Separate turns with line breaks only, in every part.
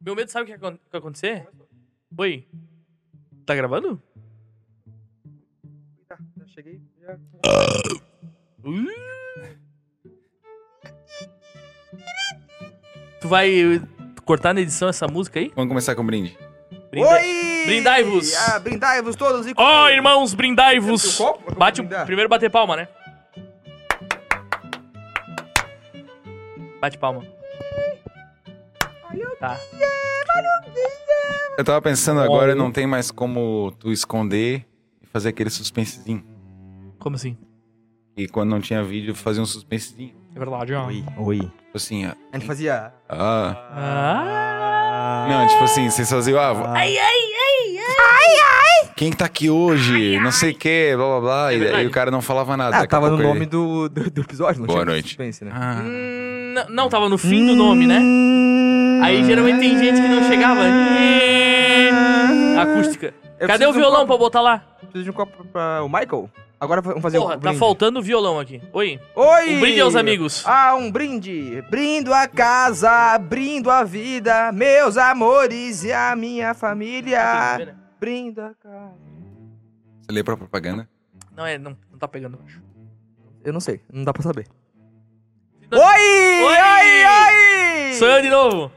Meu medo sabe o que acon- que vai acontecer? Boi. Tá gravando?
Tá, já cheguei. Já...
Uh. Tu vai cortar na edição essa música aí?
Vamos começar com o brinde.
Brinda-
Oi!
Brindai-vos!
Ah, brindai-vos todos e...
Ó, irmãos, brindai-vos!
Tem o copo? Eu vou
Bate o...
brindar.
Primeiro bater palma, né? Bate palma. Tá.
Eu tava pensando agora, não tem mais como tu esconder e fazer aquele suspensezinho.
Como assim?
E quando não tinha vídeo, fazia um suspensezinho.
É verdade, ó.
Oi.
Tipo assim, ó.
A gente fazia...
Ah.
Ah.
Não, tipo assim, vocês faziam, ah,
Ai, ai, ai, ai.
quem que tá aqui hoje? não sei o que, blá blá blá.
É
e,
verdade.
e o cara não falava nada.
Ah,
Daqui a
tava no
pouco
nome
ele-
do, do, do episódio, não
Boa
tinha
noite.
suspense, né?
Ah.
Hum, não- não, tava no fim do nome, né? Aí geralmente tem gente que não chegava. Acústica.
Eu
Cadê
preciso
o
de um
violão
copo-
pra botar lá?
Preciso de um copo pra o Michael. Agora vamos fazer
Porra, tá
o brinde.
faltando o violão aqui. Oi.
Oi!
Um brinde aos amigos.
Ah, um brinde! Brindo a casa, brindo a vida, meus amores e a
Tá
minha
né?
família. Brindo a casa.
Você lê pra propaganda?
Não, é, não, não tá pegando, eu acho.
Eu não sei, não dá pra saber.
Não-
Oi! Oi! Oi!
Sou eu de novo.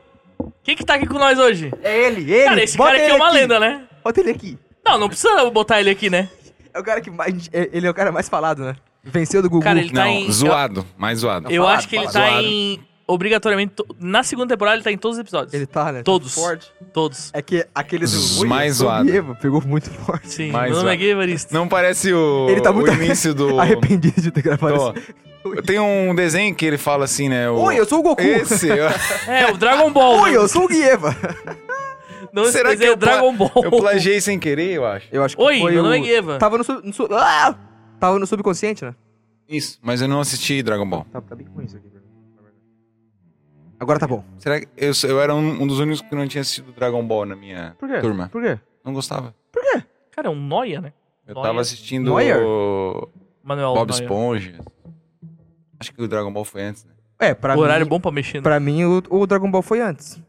Quem que tá aqui com nós hoje?
É ele, ele!
Cara, esse
Bota
cara aqui
ele
é uma lenda, né?
Bota ele aqui.
Não, não precisa botar ele aqui, né?
É o cara que mais. é- Ele é o cara mais falado, né? Venceu do Gugu.
Cara, ele- Tá
não,
em-
zoado, mais zoado.
Eu
falado,
acho que ele
falado.
tá em. Obrigatoriamente. to- Na segunda temporada ele tá em todos os episódios.
Ele tá, né?
Todos.
Forte.
Todos.
É que aquele do
Os
Ui,
mais
do
zoado.
Diego pegou muito forte.
Sim,
Mas,
meu nome é
ó,
Gui Evaristo.
Não parece o,
Ele tá muito
o início do.
Arrependido de ter gravado
Tô.
isso.
Tem um desenho que ele fala assim, né? O...
Oi, eu sou o Goku.
Esse, eu-
É, o Dragon Ball.
Oi, eu sou o Guieva.
Não Será
Será que
que é
eu pla-
Dragon Ball?
eu plagiei sem querer, eu acho.
Eu acho
Oi,
foi
meu
o- Tá-
nome é Guieva.
Tava no, sub... no su- Ah! Tava no subconsciente, né?
Isso. Mas eu não assisti Dragon Ball.
Tá, tá bem com isso aqui. pra mim. Agora tá bom.
Será que eu, eu era um, um dos únicos que não tinha assistido Dragon Ball na minha
Por quê?
turma?
Por quê?
Não gostava.
Cara, é um noia, né?
Eu
Neuer.
tava assistindo
Neuer?
o
Manuel.
Bob
Neuer.
Esponja. Acho que o Dragon Ball foi antes, né?
É, pra
O horário
mim,
bom pra mexer. né?
pra mim o, o Dragon Ball foi antes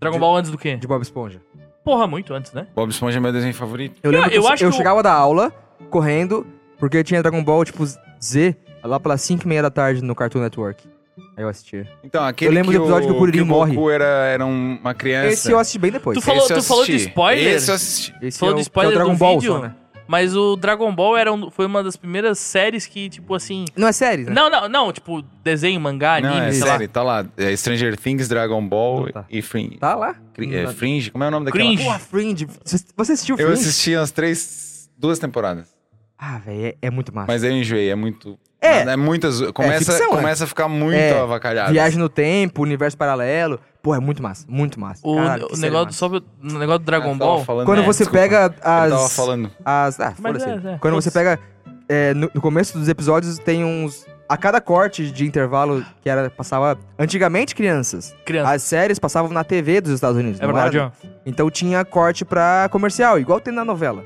Dragon Ball antes do quê?
de Bob Esponja.
Porra, muito antes, né?
Bob Esponja é meu desenho favorito.
Eu lembro
Eu-
que
eu
eu,
acho
eu
que o-
chegava da aula correndo, porque tinha Dragon Ball, tipo, Z, lá pelas 5 e meia da tarde no Cartoon Network. Aí eu assistia.
Então, aquele
lembro
que
do episódio
o,
que o Kuririn
que o Goku
morre.
era, era um- uma criança.
Esse eu assisti bem depois.
Tu falou-
Esse eu
tu falou de
assisti.
spoiler?
Esse eu assisti.
Esse
falou
é o,
do
que é o
spoiler do
Dragon Ball
vídeo?
só, né?
Mas o Dragon Ball era um- foi uma das primeiras séries que, tipo assim.
Não é série, né?
Não, não, não, tipo, desenho, mangá,
não,
anime,
é
sei
sério, tá lá. É Stranger Things, Dragon Ball
Tá.
e Fringe.
Tá lá.
Cri- é, Fringe? Como é o nome daquela?
Cringe.
Porra, Fringe. Você- Você assistiu
Eu
Fringe?
assisti as três, duas temporadas.
Ah, velho, é, é muito massa.
Mas eu enjoei, é muito...
É.
É muitas... Começa,
ficção, né?
começa a ficar muito
É,
avacalhado.
Viagem no tempo, universo paralelo. Pô, é muito massa, muito massa.
lá. O,
Caralho, que
o
série
negócio,
massa.
só o o negócio do Dragon
Eu tava
Ball.
falando-
Quando
é,
você
desculpa.
pega
Eu tava
as.
falando.
as ah,
Mas
foda-se.
é, é,
Quando você
foda-se.
pega. é, no, no começo dos episódios tem uns. A cada corte de intervalo que era passava. Antigamente, crianças.
Criança.
As séries passavam na TV dos Estados Unidos.
é
não
verdade,
era?
ó.
Então tinha corte pra comercial, igual tem na novela.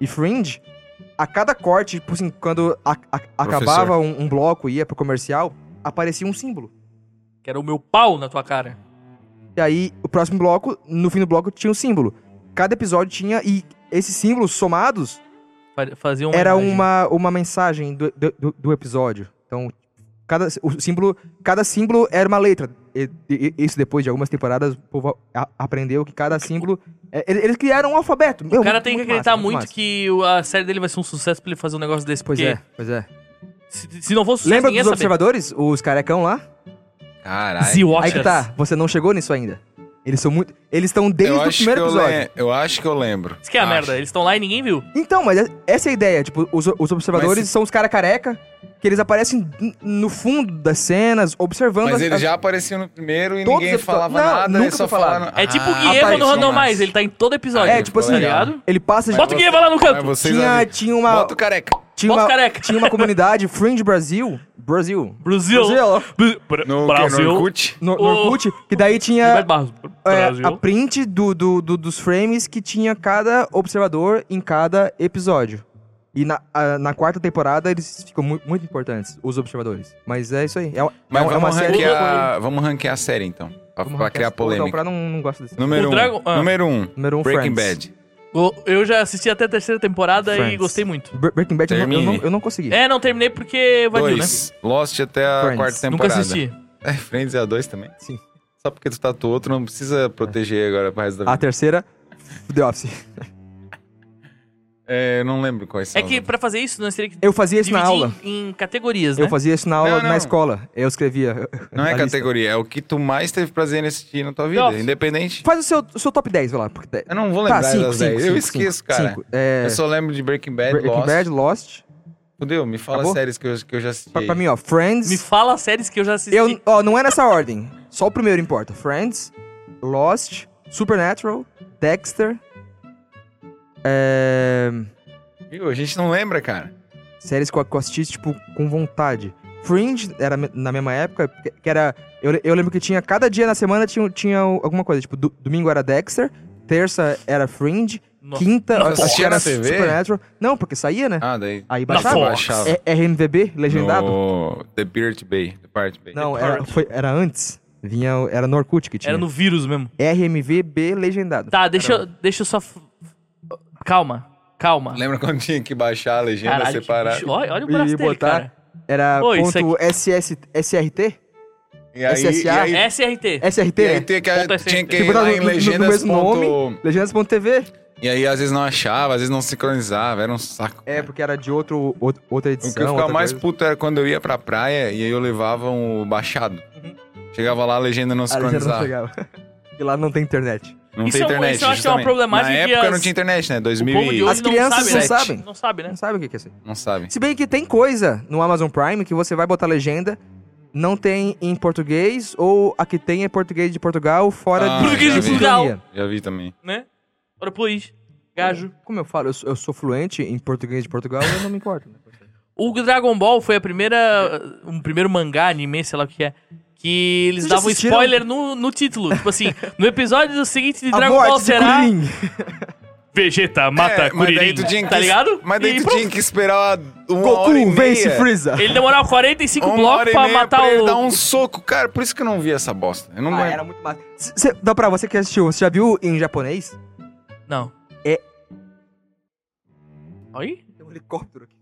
E Fringe, a cada corte, tipo assim, quando a- a- acabava um, um bloco e ia pro comercial, aparecia um símbolo.
Que era o meu pau na tua cara.
E aí, o próximo bloco, no fim do bloco, tinha um símbolo. Cada episódio tinha, e esses símbolos somados
Fa- Fazia uma.
era
imagem.
uma, uma mensagem do, do- do- do episódio. Então, cada, o símbolo, cada símbolo era uma letra. E- e- e isso depois de algumas temporadas, o povo a- aprendeu que cada símbolo. é, ele- eles criaram um alfabeto.
O cara tem que acreditar muito, que o- a série dele vai ser um sucesso pra ele fazer um negócio desse.
Pois
porque
é, pois é.
Se, se não fosse sucesso,
Lembra
ninguém
dos
ia saber.
observadores? Os carecão lá?
Caralho.
The
Aí
Watchers.
que tá, você não chegou nisso ainda. Eles são muito. Eles estão desde
eu
o
acho
primeiro
que eu
episódio.
le- Eu acho que eu lembro.
Isso que é a
Acho.
merda. Eles estão lá e ninguém viu.
Então, mas é- essa é a ideia. Tipo, os, os observadores
Mas
são os cara careca, que eles aparecem n- no fundo das cenas, observando
Mas
as-
ele
as-
já apareceu no primeiro e
Todos
ninguém
os episódios-
falava
Não,
nada,
nunca
eles só
foi falado.
falaram.
É tipo o
"Ah,
Guilherme
apareceu
no Random
mais."
Mais, ele tá em todo episódio.
É, tipo assim,
tá ligado?
ele passa de.
Bota o Guilherme lá no
Mas
canto.
vocês
Tinha,
ali-
tá
tinha uma.
Bota o careca.
Tinha
Bota o
uma,
careca.
tinha uma comunidade, Fringe Brasil. Brasil.
Brasil. Br- Br-
No, Brasil. no
Brasil.
Orkut.
No, no
O-
Orkut, que daí tinha
Gilberto Barros.
é,
Brasil.
a print do, do- do- dos frames que tinha cada observador em cada episódio. E na, a- na quarta temporada eles ficam mu- muito importantes, os observadores. Mas é isso aí. É, é
Mas
uma- é uma
vamos,
série.
ranquear, vamos ranquear a série, então. Pra,
Vamos
pra
arrancar
criar
essa porra,
polêmica.
Não, pra não, não gosto desse.
Número
O
um.
Dragon- ah.
Número um.
Número um,
Breaking
Friends.
Bad.
Eu- Eu já assisti até a terceira temporada e
Friends.
gostei muito.
Bre- Breaking Bad eu não- eu não,
Termine.
eu não consegui.
É, não terminei porque vazio, né?
Dois. Lost até a
Friends.
quarta
Nunca
temporada.
assisti.
É, Friends é a dois também?
Sim.
Só porque tu tatuou, outro, não precisa proteger agora pro resto da
A
vida.
terceira, The Office. Ah.
É, eu não lembro quais são.
É que pra fazer isso, nós teria que
Eu fazia isso na
dividir
aula.
em, em categorias, né?
Eu fazia isso na aula
Não, não.
na escola. Eu escrevia.
Não
na
é
lista.
categoria, é o que tu mais teve prazer em assistir na tua vida,
Nossa.
independente.
Faz o seu, o seu top 10, vai lá. Porque...
Eu não vou lembrar
tá, 5,
das 10. eu esqueço, cara.
É,
Eu só lembro de Breaking Bad,
Breaking
Lost.
Bad, Lost.
Fudeu, me fala
Acabou?
séries que eu, que eu já assisti.
Pra, pra
aí.
mim, ó, Friends.
Me fala as séries que eu já assisti.
Eu, ó, não é nessa ordem. Só o primeiro importa. Friends, Lost, Supernatural, Dexter. É,
Viu? A gente não lembra, cara.
séries que eu que eu assisti, tipo, com vontade. Fringe era me- na mesma época, que que era. Eu, le- eu lembro que tinha. Cada dia na semana tinha, tinha o- alguma coisa. Tipo, do- domingo era Dexter, terça era Fringe,
No-
quinta.
Nossa,
acho que
assistia
era
na TV?
Supernatural. Não, porque saía, né?
Ah, daí.
Aí
Na
baixava.
Fox.
Baixava.
É- RMVB, legendado?
No The Pirate Bay. The Pirate Bay.
Não, é-
The
era,
Pirate.
foi- era antes. Vinha, era no Orkut que tinha.
Era no vírus mesmo.
RMVB legendado.
Tá, deixa, eu- deixa eu só. f- Calma, calma.
Lembra quando tinha que baixar a legenda
Caralho, que
separada?
bicho. olha, olha o
E
braço dele,
botar-
cara.
Era
Oi, isso
ponto SS, SRT?
E aí, e
SSA?
aí,
É SRT.
SRT,
e aí
né?
tinha que,
Ponto
tinha
SRT.
que
Tipo,
ir lá em legendas. ponto-
legendas.tv.
E aí às vezes não achava, às vezes não sincronizava, era um saco.
É, porque era de outro, outro- outra edição.
O que eu ficava
outra
mais
coisa.
puto era quando eu ia pra praia e aí eu levava um baixado. Chegava lá, a legenda não
Uhum. A legenda Ah, não
sincronizava.
chegava. E lá não tem internet.
Não
Isso
tem
é um-
internet.
isso eu acho que é uma
justamente.
problemática
Na
que
época
as-
não tinha internet, né?
O povo de
2000
hoje
As crianças
não
não
sabe, né?
sabem.
Não sabe, né?
Não sabe o que que é isso. aí.
Não sabe.
Se bem que tem coisa no Amazon Prime que você vai botar legenda, não tem em português, ou a que tem é português de Portugal, fora
Ah,
de...
Português de
Portugal.
sintonia.
Já vi também.
né? Ora, pois. Gajo.
Como eu falo, eu sou, eu sou fluente em português de Portugal, eu não me importo. Né?
O Dragon Ball foi a primeira. Um primeiro mangá, anime, sei lá o que é. Que eles
Vocês já
davam
assistiram?
spoiler no, no título. tipo assim, no episódio seguinte de
A
Dragon
morte
Ball
de
será.
Kuririn.
Vegeta mata
É, mas daí
Kuririn.
tu tinha que,
Tá ligado?
Mas daí
E
tu
pronto.
tinha que esperar uma hora e
Goku
meia.
vence Freeza.
Ele demorava 45
Uma hora
blocos
e
pra
meia
matar
pra ele
o.
dar um soco. Cara, por isso que eu não vi essa bosta. Eu não é.
Ah,
lembro.
era muito massa. C- cê- dá pra você que assistiu, você já viu em japonês?
Não.
É.
Oi?
Tem um helicóptero aqui.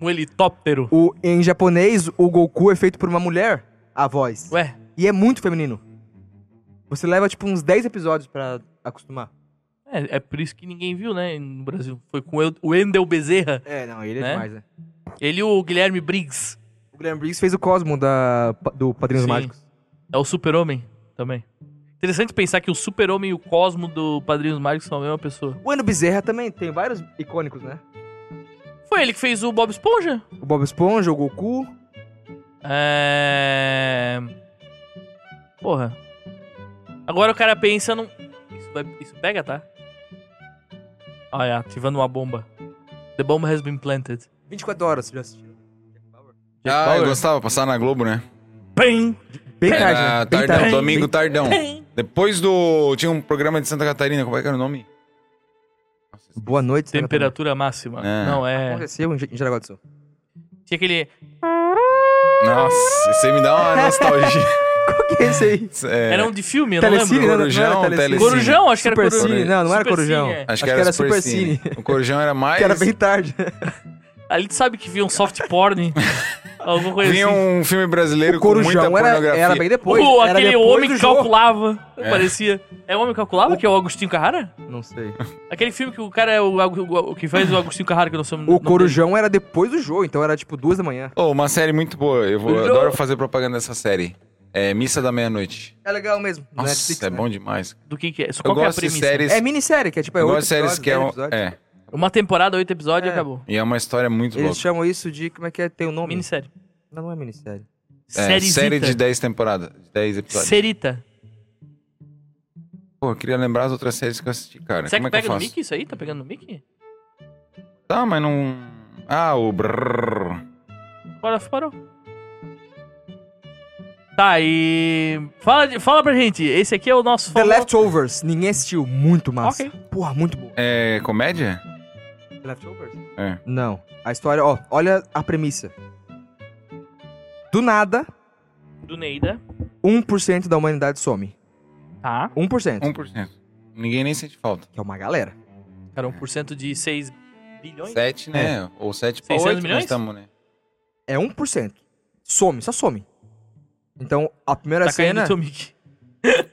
Um helicóptero.
O, em japonês, o Goku é feito por uma mulher, a voz.
Ué,
E é muito feminino. Você leva, tipo, uns 10 episódios pra acostumar.
é, é por isso que ninguém viu, né? No Brasil. Foi com o El- o Endel Bezerra.
É, não, ele é
Né?
demais, né?
Ele e o Guilherme Briggs.
O Guilherme Briggs fez o Cosmo da, pa- do Padrinhos
Sim.
Mágicos.
É o Super-Homem também. Interessante pensar que o Super-Homem e o Cosmo do Padrinhos Mágicos são a mesma pessoa.
O Ano Bezerra também tem vários icônicos, né?
Foi ele que fez o Bob Esponja?
O Bob Esponja, o Goku.
É... Porra. Agora o cara pensa num... Isso, vai- isso pega, tá? Olha, ativando uma bomba. The bomb has been planted.
24 horas, você já assistiu.
ah,
Bauer.
eu gostava, passar na Globo, né?
Bem!
Bem
Era
tarde, né? Bem
tardão,
tarde.
É, tá, domingo tardão.
Bem.
Depois do. Tinha um programa de Santa Catarina, como é que era o nome? Nossa,
Boa noite, Santa Catarina.
Temperatura máxima.
É.
Não, é...
Aconteceu em Ja- em Jaraguá do Sul.
Tinha aquele...
Nossa, isso aí me dá uma nostalgia.
Qual que é esse aí?
Isso é-
Era um de filme, eu
Telecine,
não
né?
lembro.
Corujão,
Não era Telecine.
Telecine.
Corujão, acho que era
Super
Corujão.
Cine, não, não era
Super
Corujão.
Cine, é.
Acho que era Super
Supercine.
Cine. O Corujão era mais.
Que era bem tarde.
Ali tu sabe que vinha um soft porn, alguma coisa
Vinha
assim.
um filme brasileiro
O
com muita
Corujão era,
pornografia.
era bem depois.
Ou
era
aquele
depois
homem
do
que
jogo.
calculava, parecia. É o homem que calculava, que é o Agostinho Carrara?
Não sei.
Aquele filme que o cara é o, Agu- o- o que faz o Agostinho Carrara, que eu não sou
O Corujão era depois do jogo, então era tipo duas da manhã.
Oh, uma série muito boa. Eu, vou- eu
Corujão.
adoro fazer propaganda dessa série. É Missa da Meia-Noite.
É legal mesmo. no
Nossa,
Netflix,
é
né?
bom demais.
Do que que é? Isso,
Eu
Qual que é a
gosto de
premissa?
séries.
É minissérie, que é tipo. É
eu
oito
gosto de séries
episódios,
que é,
dez
um-
episódios.
é.
Uma temporada, oito episódios e
É.
acabou.
E é uma história muito
Eles
louca.
chamam isso de. Como é que é? Tem o nome?
Minissérie.
Não, não é minissérie.
É,
Sériezita.
série de 10 temporadas, de 10 episódios.
Serita.
Pô, eu queria lembrar as outras séries que eu assisti, cara.
Será
Como
que
é que
pega
eu
no
faço?
Mickey isso aí? Tá pegando no Mickey?
Tá, mas não. Ah, o. brrr.
Agora parou. Tá, e... Fala, de- fala pra gente, esse aqui é o nosso...
The
follow-
Leftovers. Ninguém assistiu. Muito massa.
Ok.
Porra, muito bom.
É comédia?
The Leftovers?
É.
Não. A história, ó, olha a premissa. Do nada,
Do Neida.
1% da humanidade some.
Tá.
1%,
1%. Ninguém nem sente falta.
que é uma galera.
Era 1% de 6 bilhões?
7, né? Ou 7 para
600
8
milhões?
nós estamos, né?
É 1%. Some, só some. Então, a primeira
Tá caindo
cena,
teu mic.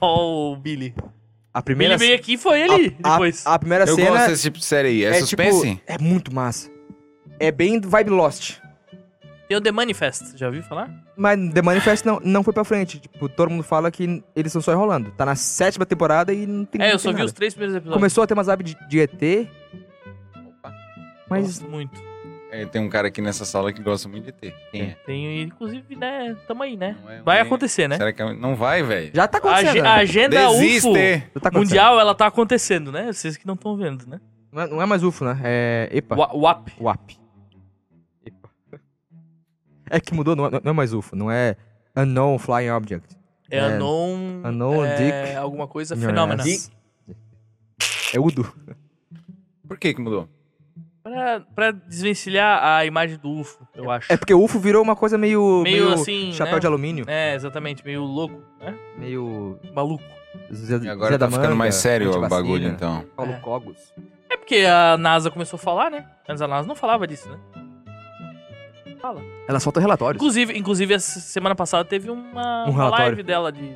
Ó, o Billy.
a
Billy
primeira
veio aqui e foi ele
a, a,
depois.
a primeira
Eu
cena
gosto desse tipo de série aí. É, suspense?
tipo, é muito massa. É bem vibe Lost.
Tem o The Manifest, já ouviu falar?
Mas The Manifest não, não foi pra frente. Tipo, todo mundo fala que eles estão só enrolando. Tá na sétima temporada e não tem
É, eu
não
só
tem
vi
nada.
os três primeiros episódios.
Começou a ter umas vibes de, de ET, tipo-
Opa.
mas...
Gosto muito.
É, tem um cara aqui nessa sala que gosta muito de ter. Quem é?
Tem, inclusive, né? Tamo aí, né?
Não é-
Vai
não é-
acontecer, né?
Será que é- não vai, velho?
Já
A,
tá acontecendo.
agen-
né?
a agenda
Desiste!
UFO
Já tá acontecendo.
mundial, ela tá acontecendo, né? Vocês que não estão vendo, né?
Não é, não é mais UFO, né? É... Epa.
Wa- WAP.
WAP. Epa. É que mudou, não é, não é mais UFO. Não é Unknown Flying Object.
É,
É,
Anon...
Anon
é,
Dick-
Alguma coisa
Ignorance.
fenômena.
Dick- É Udo.
Por que que mudou?
Pra, pra desvencilhar a imagem do UFO, eu acho.
É porque o UFO virou uma coisa meio...
Meio assim,
Chapéu
né?
de alumínio.
É, exatamente. Meio louco, né?
Meio...
Maluco.
Zé,
E
Zé
agora tá
da
ficando
Manga,
mais sério o
antivacina,
bagulho, então.
Paulo
É.
Cogos.
É porque a NASA começou a falar, né? Antes a NASA não falava disso, né? Fala.
Ela solta relatórios.
Inclusive, inclusive essa semana passada teve uma,
Um
uma
relatório.
live dela de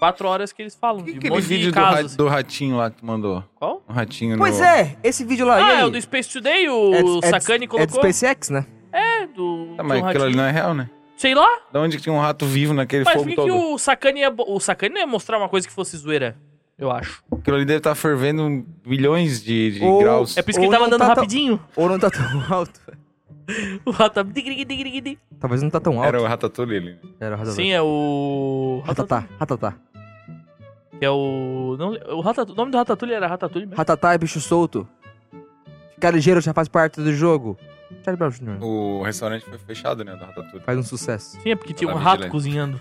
quatro horas que eles falam
E
de um
aquele
monte de
vídeo do, ra-
casos.
do ratinho lá que tu mandou?
Qual?
Um ratinho
Pois
no...
é, esse vídeo lá. e
Ah,
aí?
é o do Space Today, o
de-
Sakani
é de
colocou.
SpaceX, né?
É, do.
Tá, mas
do
aquilo ali
ratinho.
não é real, né?
Sei lá,
Da onde que tinha um rato vivo naquele
mas por
fogo
que que
todo?
o Sakani ia. bo- O Sakani não ia mostrar uma coisa que fosse zoeira, eu acho.
Aquilo ali deve estar fervendo milhões de, de
Ou-
graus.
É por isso que
Ou
ele tava
não
andando
tá tão-
rapidinho.
Ou não tá tão alto.
O rato tava. dig, dig, dig, dig, dig.
Talvez não tá tão alto.
Era o ratatouille ali.
Era o Ratatouille.
Sim, é o.
Ratatá, Ratatá.
Que é o. Não, o, Ratatouille- o nome do Ratatouille era Ratatouille mesmo.
Ratatá é bicho solto. Ficar ligeiro já faz parte do jogo. Charlie Brown Jr.
O restaurante foi fechado, né, do ratatouille.
Faz um sucesso.
Sim, é porque tinha um
Maravilha.
rato cozinhando.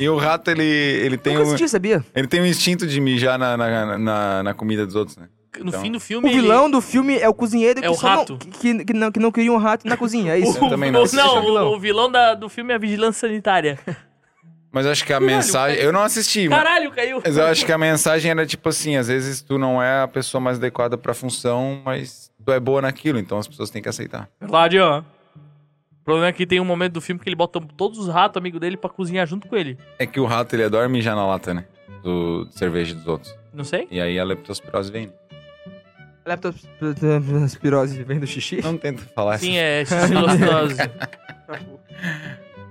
E o rato, ele, ele, tem,
Nunca
um,
assisti, sabia?
ele tem um instinto de mijar na, na, na, na comida dos outros, né?
No
Então,
fim do filme.
O vilão do filme é o cozinheiro
Um É
que,
o
só não-
rato.
que- que- que não, que não queria um rato na cozinha, é
ele...
isso.
o,
Eu também não
o-
assisti
não,
esse
vilão.
o, o vilão da- do filme é a vigilância sanitária.
Mas eu acho que a
Caralho,
mensagem...
cara.
Eu não assisti, mas...
Caralho, caiu.
Mas eu acho que a mensagem era tipo assim, às vezes tu não é a pessoa mais adequada pra função, mas tu é boa naquilo, então as pessoas têm que aceitar.
Verdade, ó. O problema é que tem um momento do filme que ele bota todos os ratos amigos dele pra cozinhar junto com ele.
É que o rato, ele adora mijar na lata, né? Do de cerveja dos outros.
Não sei?
E aí a leptospirose vem.
Leptospirose vem do xixi.
Não tenta falar
Sim,
essas-
é leptospirose. é.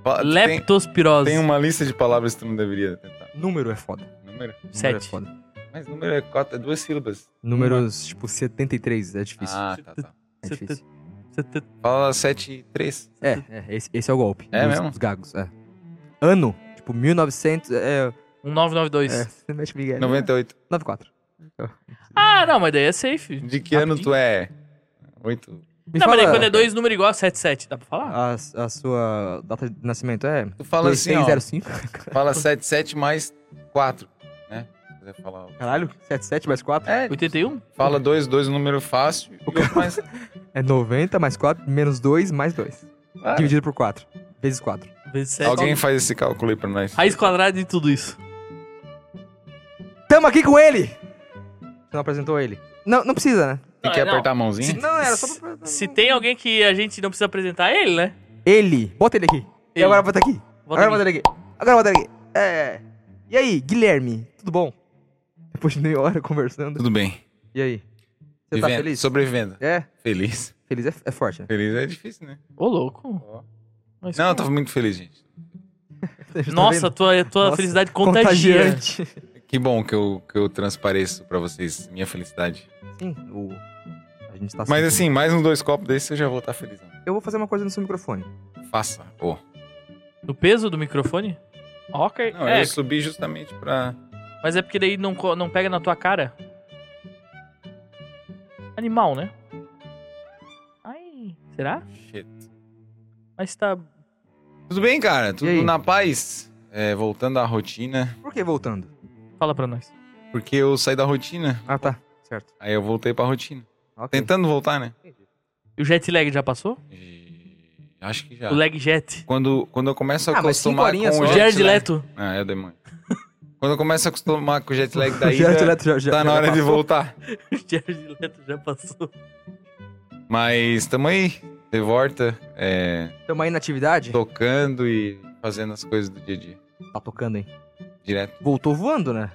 Fala- tu tem-
leptospirose.
Tem uma lista de palavras que tu não deveria tentar.
Número é foda.
Número?
Número é
Sete.
foda.
Mas número é, quatro, é duas sílabas.
Números, tipo, 73, é difícil.
Ah, tá, tá.
é difícil.
Setenta-
Fala sete e três.
É, é esse, esse é o golpe.
É
dos,
mesmo?
Dos gagos, é. Ano, tipo, 1900... É,
Um 992.
é, você mexe Miguel.
98.
94.
Ah, não, mas daí é safe.
De que ano tu é? Oito.
Me
não, mas daí
fala
quando é dois números igual, 77, dá pra falar?
Ah,
a, a sua data de nascimento é...
Tu fala assim, ó.
2605.
Fala sete, sete mais quatro, né? Se quiser falar...
Caralho, 77 mais 4
É,
81?
fala dois, dois número fácil. E outro mais...
é 90 mais 4 menos 2 mais 2.
Ah,
Dividido por 4. Vezes 4.
Vezes 7.
Alguém faz esse cálculo aí pra nós.
Raiz quadrada de tudo isso.
Tamo aqui com ele! Você não apresentou ele? Não, não precisa, né?
Tem que
Não,
apertar a
Se-
mãozinha?
Não, era só pra-
Se tem alguém que a gente não precisa apresentar, é ele, né?
Ele! Bota ele aqui. E
Ele.
agora bota aqui.
Bota
agora bota ele aqui. Agora bota ele aqui. É. E aí, Guilherme, tudo bom? Depois de meia hora conversando.
Tudo bem.
E aí? Você tá
Vivendo,
feliz?
Sobrevivendo.
É,
Feliz.
feliz é, é forte, né?
Feliz é difícil, né?
Ô, louco. Mas
Não, eu
como?
tava muito feliz, gente.
Tá vendo?
Nossa, tua, tua
Nossa,
felicidade contagia.
Que bom que eu, que eu transpareço pra vocês minha felicidade.
Sim, o... a gente tá
Mas
sentindo.
assim, mais uns dois copos desse eu já vou estar feliz. né?
Eu vou fazer uma coisa no seu microfone.
Faça. Ó.
No peso do microfone? Ok.
Não,
é,
eu subi justamente pra.
mas é porque daí não, co- não pega na tua cara. Animal, né? Ai, será?
Shit.
Mas tá...
Tudo bem, cara?
E aí?
Tudo na paz? É, voltando à rotina.
Por que voltando?
Fala pra nós.
Porque eu saí da rotina,
Ah, tá. Certo.
aí eu voltei pra rotina.
Ok.
Tentando voltar, né?
E o jet lag já passou?
E Acho que já.
O lag jet.
Quando, quando eu começo a
Ah, mas cinco
acostumar
horinhas
com
O
o
só.
jet
Jared
lag-
Leto.
Ah, é o demônio. quando eu começo a acostumar com o jet lag
O
da
Jared
ida,
Leto já- já-
tá na
já
hora de
passou.
voltar.
O Jared Leto já passou. Ah,
Mas tamo aí, de volta, é,
Tamo aí na atividade?
tocando e fazendo as coisas do dia a dia,
Tá tocando, hein?
direto.
Voltou voando, né?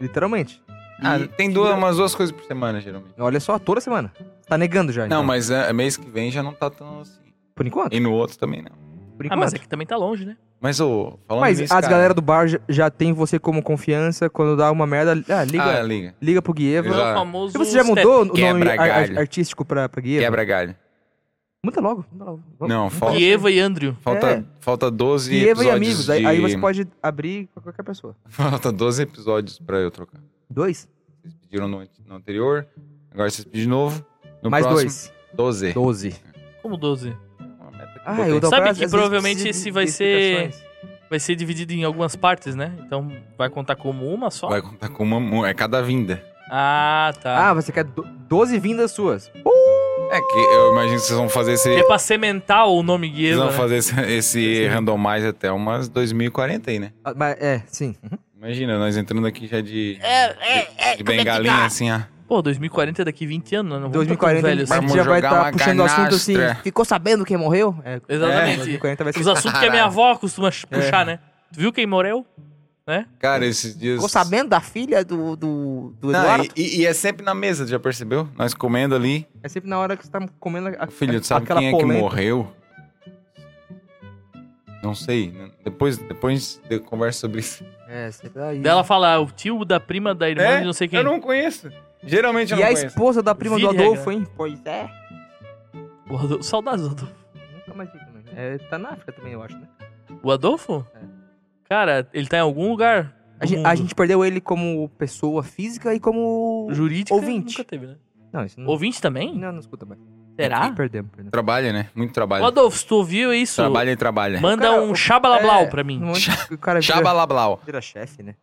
Literalmente.
Ah,
E-
tem duas, umas duas coisas por semana, geralmente.
Olha só, toda semana. Tá negando já, então.
Não, mas é, mês que vem já não tá tão assim.
Por enquanto?
E no outro também não.
Por
Ah,
enquanto.
mas aqui também tá longe, né?
Mas, ô, falando
Mas
nisso,
as
cara-
galera do bar já, já tem você como confiança. Quando dá uma merda, ah, liga,
Ah, liga.
liga pro
É
Guieva.
Exato.
o
Já.
famoso.
Você já
step.
mudou o nome
Quebra
ar- ar-
galho.
artístico pra, pra Guieva?
Quebra galho.
Muda logo. Muda logo. Vamos-
Não,
vamos
fala-
fazer
Diego e Andrew.
Falta,
É.
falta 12
Guieva e
episódios
amigos. Aí,
de-
aí você pode abrir com qualquer pessoa.
Falta 12 episódios pra eu trocar.
Dois?
Vocês pediram no, ante- no anterior, agora vocês pedem de novo. No
Mais
próximo,
dois.
12.
Doze.
Como 12?
Uma meta que eu
Ah,
botei.
eu dou
Sabe
pra-
que
às vezes
provavelmente
precisa de-
esse vai
de
ser-
explicações.
Vai ser dividido em algumas partes, né? Então vai contar como uma só?
Vai contar com uma... mu- É cada vinda.
Ah,
Ah,
tá.
você quer do- 12 vindas suas.
É que eu imagino que vocês vão fazer esse...
é pra cementar o nome
Vocês
Guieva.
vão
né?
fazer esse, esse randomize até umas 2040 aí, né?
Ah, mas- é, sim. Uhum.
Imagina, nós entrando aqui já de... É, é, de bengalinha, assim, ó.
Pô, 2040 é daqui 20 anos, né? Não vamos tá tão
2040
velho
a
assim.
gente
Vamos
já vai
jogar
estar
uma
puxando o assunto assim.
canastra.
Ficou sabendo quem morreu? É,
Exatamente.
2040 vai ser.
Os assuntos que a minha avó costuma ch-
É.
puxar, né? Tu viu quem morreu?
Cara, esses dias...
da filha do, do, do
Não, e- e, e é sempre na mesa, já percebeu? Nós comendo ali.
É sempre na hora que você tá comendo a,
Filho, tu sabe
aquela
quem é
polenta.
que morreu? Não sei. né? Depois, depois eu converso sobre isso.
É, você tá aí.
Dela fala, "Ah, o tio da prima da irmã
É?
de não sei quem.
Eu não conheço. Geralmente eu
E
não
a
conheço.
esposa da prima do
Vira,
Adolfo,
cara.
hein? Pois é.
O Adolfo, saudades do Adolfo.
Nunca mais vi também. É, tá na África também, eu acho, né?
O Adolfo?
É.
Cara, ele tá em algum lugar.
A gente, a gente perdeu ele como pessoa física e como.
Jurídico
ouvinte.
nunca teve, né?
Não, isso não.
Ouvinte também?
Não, não escuta mais.
Será?
Perdemos, perdemos.
Trabalha, né? Muito
O
trabalho.
Adolfo, se tu ouviu isso,
Trabalha e trabalha.
manda
Cara,
um
o-
xabalablau
é,
pra mim.
No momento que o cara vira,
Xabalablau.
vira chefe, né?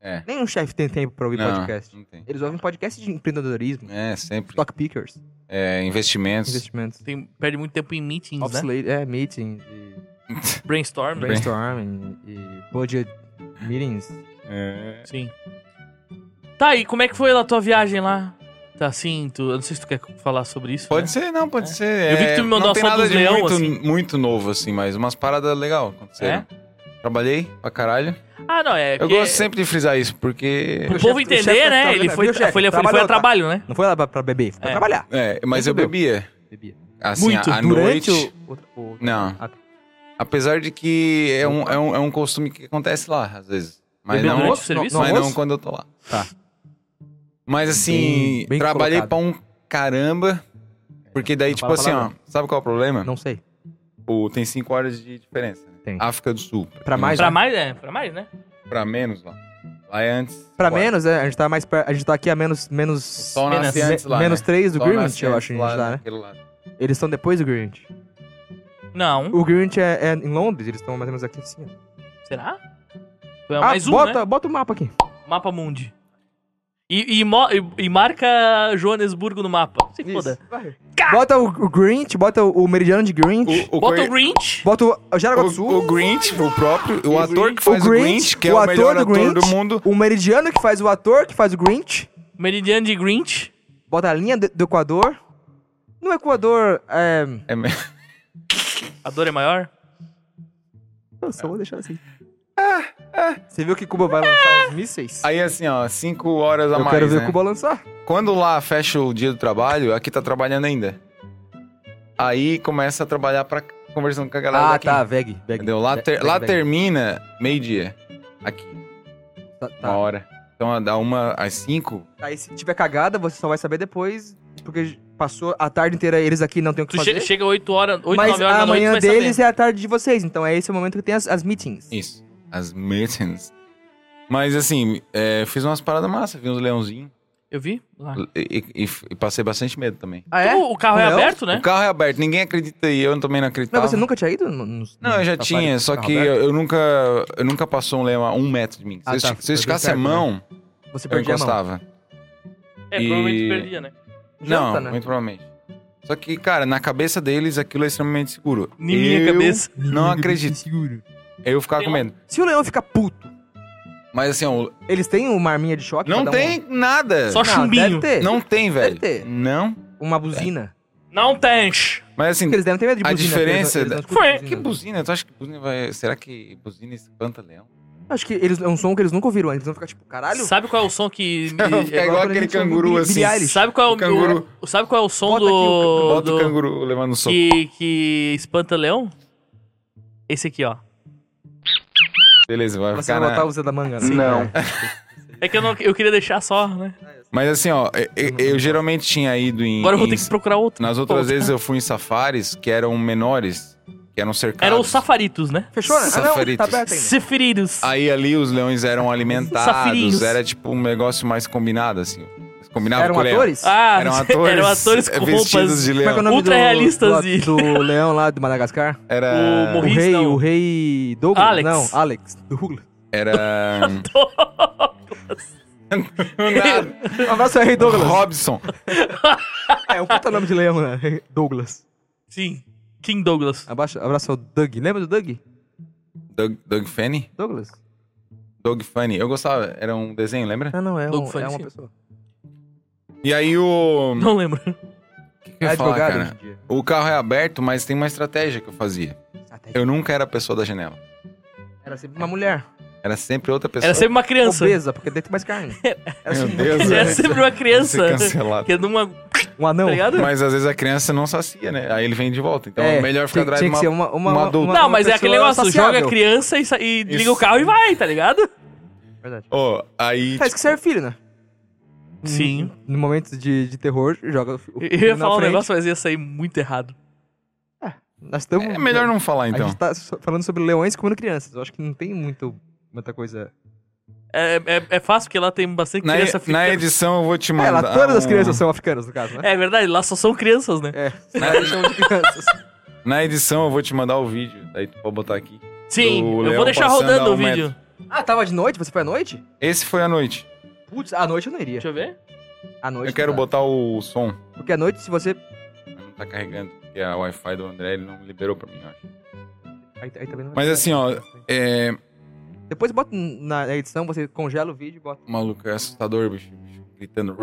É.
Nenhum chefe tem tempo pra ouvir
Não,
podcast.
não tem.
Eles ouvem podcast de empreendedorismo,
É, sempre.
stock pickers,
É, investimentos.
investimentos,
Tem- perde muito tempo em meetings, né?
obsolete, é, meetings, e
Brainstorm. né?
Brain-
brainstorming e budget meetings.
É.
Sim. Tá, e como é que foi a tua viagem lá? Tá assim, tu, eu não sei se tu quer falar sobre isso. né?
Pode ser, não, pode
É.
ser.
Eu vi que tu me
É,
mandou
não
a
tem
foto
nada
dos
de
leão,
muito,
assim.
muito novo, assim, mas umas paradas legais aconteceram. Trabalhei pra caralho.
Ah, não, é.
Eu
porque-
gosto sempre de frisar isso, porque.
Pro
O chefe-
povo
o
entender,
chefe
né?
tá trabalhando,
Ele foi,
viu, chefe?
foi, ele foi
Trabalhou, tá.
a trabalho, né?
Não foi lá pra, pra beber, foi pra
É.
trabalhar.
É, mas eu
Entendeu?
bebia.
Bebia.
Assim,
Muito.
à
Durante
noite.
o, o- o-
Não.
Ah.
Apesar de que é um, é, um, é um costume que acontece lá, às vezes. Mas
Bebeu
não,
durante o serviço?
no
mas não
almoço?
quando eu tô lá.
Tá.
Mas assim,
Bem- bem
trabalhei
colocado.
pra um caramba. Porque daí,
Não
tipo
fala
assim, ó,
palavrão.
sabe qual é o problema?
Não sei.
O, Tipo, tem cinco horas de diferença. né?
Tem.
África do Sul. Hum.
Pra mais,
Pra
né?
mais, é, pra mais, né?
Pra menos lá. Lá é antes.
Pra
Ué,
menos, né? A gente tá mais per- A gente tá aqui a menos. menos
Sol
menos-
nasce antes lá.
menos
né?
3 do
Sol
Greenwich,
nasce
eu
antes
acho, que a gente
lá,
tá, né?
naquele lado.
Eles estão depois do Greenwich.
Não.
O Greenwich é, é em Londres, eles estão mais ou menos aqui assim. ó.
Será? Foi
ah,
mais um,
bota,
né?
bota o mapa aqui.
Mapa Mundi. E, e, mo- e- e marca Joanesburgo no mapa. Se foda.
Vai. Bota o, o Greenwich, bota o, o meridiano de Greenwich.
O, o,
Bota
coi-
o Grinch.
Bota o, o Jaraguá do
O,
Sul.
o Grinch, o próprio, o ator que faz o
Grinch,
Grinch, que é
o
o,
ator
melhor
do
ator
Grinch.
do mundo.
O meridiano que faz o ator, que faz o Grinch.
Meridiano de Grinch.
Bota a linha de- do Equador. No Equador, é...
É me-
A dor é maior.
Eu só vou deixar assim. ah. Você viu que Cuba vai lançar os mísseis?
Aí assim, ó, cinco horas a
Eu
mais.
quero ver
né?
Cuba lançar.
Quando lá fecha o dia do trabalho, aqui tá trabalhando ainda. Aí começa a trabalhar para conversando com a galera é daqui.
Ah, tá, Veg. Veg.
Entendeu? Lá, ter-
Veg,
lá
veg.
termina meio-dia. Aqui,
Tá,
uma
tá.
hora. Então dá uma às cinco.
Aí se tiver cagada, você só vai saber depois, porque passou a tarde inteira eles aqui não tem o que
Tu che-
fazer.
chega 8 horas, 8,
mas
9 horas
a
da noite, tu
manhã
vai
deles
saber.
é a tarde de vocês, então é esse o momento que tem as, as meetings.
Isso. As meetings. Mas assim, é, fiz umas paradas massas, vi uns leãozinhos.
Eu vi? Lá.
E, e- e- e passei bastante medo também.
Ah, é?
O, o carro é
Não?
aberto, né?
O carro é aberto, ninguém acredita e eu também não
Mas
acreditava.
você nunca tinha ido? no- nos-
tá. Não, eu
Tá
já
nos
tinha,
safaris
só
com
que
carro
eu,
aberto?
eu nunca eu nunca passou um lema a um metro de mim. Se
Ah,
eu
tá,
esti- se
foi
eu esticasse a
bem perto,
mão,
Você
eu
perdia a mão.
encostava.
É, provavelmente
E-
perdia, né?
Janta,
não,
né?
muito provavelmente. Só que, cara, na cabeça deles aquilo é extremamente seguro.
Nem minha
Eu
cabeça.
Não acredito. Eu ficava com medo.
Se o leão ficar puto,
Mas assim, ó,
eles têm uma arminha de choque?
não
pra dar
tem nada.
Só
Um... Não,
chumbinho.
deve ter.
Não tem, velho.
ter.
Não.
Uma buzina.
Não tens.
Mas assim,
Porque eles devem ter medo de
A
buzina. porque
diferença
eles não- eles não
Foi.
escutam
É que
buzina.
buzina? Tu acha que buzina vai. Será que buzina espanta leão?
Acho que eles é um som que eles nunca ouviram. Eles vão ficar tipo, caralho.
Sabe qual é o som que.
quando a
É igual aquele
gente ouve
canguru,
Billie
assim.
Billie Eilish.
Sabe qual é o.
O canguru.
o- Sabe qual é o som
Bota
do.
aqui o canguru.
Bota
do-
o canguru levando o soco.
que, que espanta leão? Esse aqui, ó.
Beleza, vai
Você
ficar
vai botar
na...
o Zé da Manga, né?
Sim. Não.
É que eu, não, eu queria deixar só, né?
Mas assim, ó, eu, eu- eu geralmente tinha ido em.
Agora eu vou
em-
ter que procurar outro.
Nas outras
Outro.
vezes eu fui em safaris que eram menores, que eram cercados.
Eram os safaritos, né?
Fechou, né? Ah, não, tá
Safaritos.
aberto ainda.
Seferidos.
Aí ali os leões eram
Safirinhos.
alimentados, era tipo um negócio mais combinado, assim. Eles Combinavam
Eram
com o leão.
atores?
Ah,
Eram atores.
eram atores com
eh, vestidos
roupas.
de
Como é que é o
leão.
nome
Ultra
do,
realistas
do,
e-
do leão lá de Madagascar?
O
Era.
O
Morris,
rei,
não.
o rei Douglas?
Alex.
Não, Alex. Douglas.
Era. Nada.
Um abraço ao rei Douglas.
Robson.
É, um puta nome de leão, né? Douglas.
Sim. King
Ah,
Douglas.
Abaixo, abraço ao Doug. Lembra do Doug?
Doug, Doug Fanny?
Douglas?
Doug Fanny. Eu gostava, era um desenho, lembra?
Ah, não, é,
Doug
um,
Funny,
é uma
sim.
pessoa.
E aí o.
Não lembro.
O que, que eu
É
ia falar,
advogado
cara?
hoje em dia.
O carro é aberto, mas tem uma estratégia que eu fazia.
Até
Eu nunca era a pessoa da janela.
Era sempre uma mulher.
Era sempre outra pessoa.
Era sempre uma criança. É.
Obesa, porque deve ter mais carne. Era
Meu
sempre uma
Deus,
criança.
Era sempre uma criança.
né? Ser cancelado.
Que é numa.
Um anão.
Tá ligado?
Mas às vezes a criança não sacia, né? Aí ele vem de volta. Então é,
É,
melhor ficar
tinha-
atrás de
tinha
uma,
que ser uma- uma-
uma adulta.
uma-
Não, mas é aquele
pessoa
negócio,
saciável.
joga a criança e, sa- e liga
Isso. Uhum.
o carro e vai, tá ligado?
Verdade.
Ô, aí.
Faz que serve filho, né?
Sim.
No momento de, de terror, joga o filho
Eu ia
na
falar um
frente.
negócio, mas ia sair muito errado.
Nós estamos...
É melhor não falar,
A
então.
gente tá so- falando sobre leões comendo crianças. Eu acho que não tem muito, muita coisa...
É, é, é fácil porque lá tem bastante
Na,
criança
na
africana.
edição eu vou te
É,
mandar.
lá todas as
um-
crianças são africanas, no caso, né?
É verdade, lá só são crianças, né?
É. Elas chamam de crianças.
Na edição eu vou te mandar o vídeo. Daí tu pode botar aqui.
Sim,
Do
eu
leão
vou deixar
passando
rodando
a
o
um
vídeo.
Ah, tava de noite? Você foi à noite?
Esse foi a noite.
Putz, à noite eu não iria.
Deixa eu ver.
À noite
Eu quero
não dá.
botar o som.
Porque à noite, se você...
Mas Não tá carregando, porque a Wi-Fi do André ele não liberou pra mim, eu acho.
Aí, aí também não vai
Mas
dar.
assim, ó, é.
Depois bota na edição, você congela o vídeo e bota...
Maluco, é assustador, bicho. bicho gritando.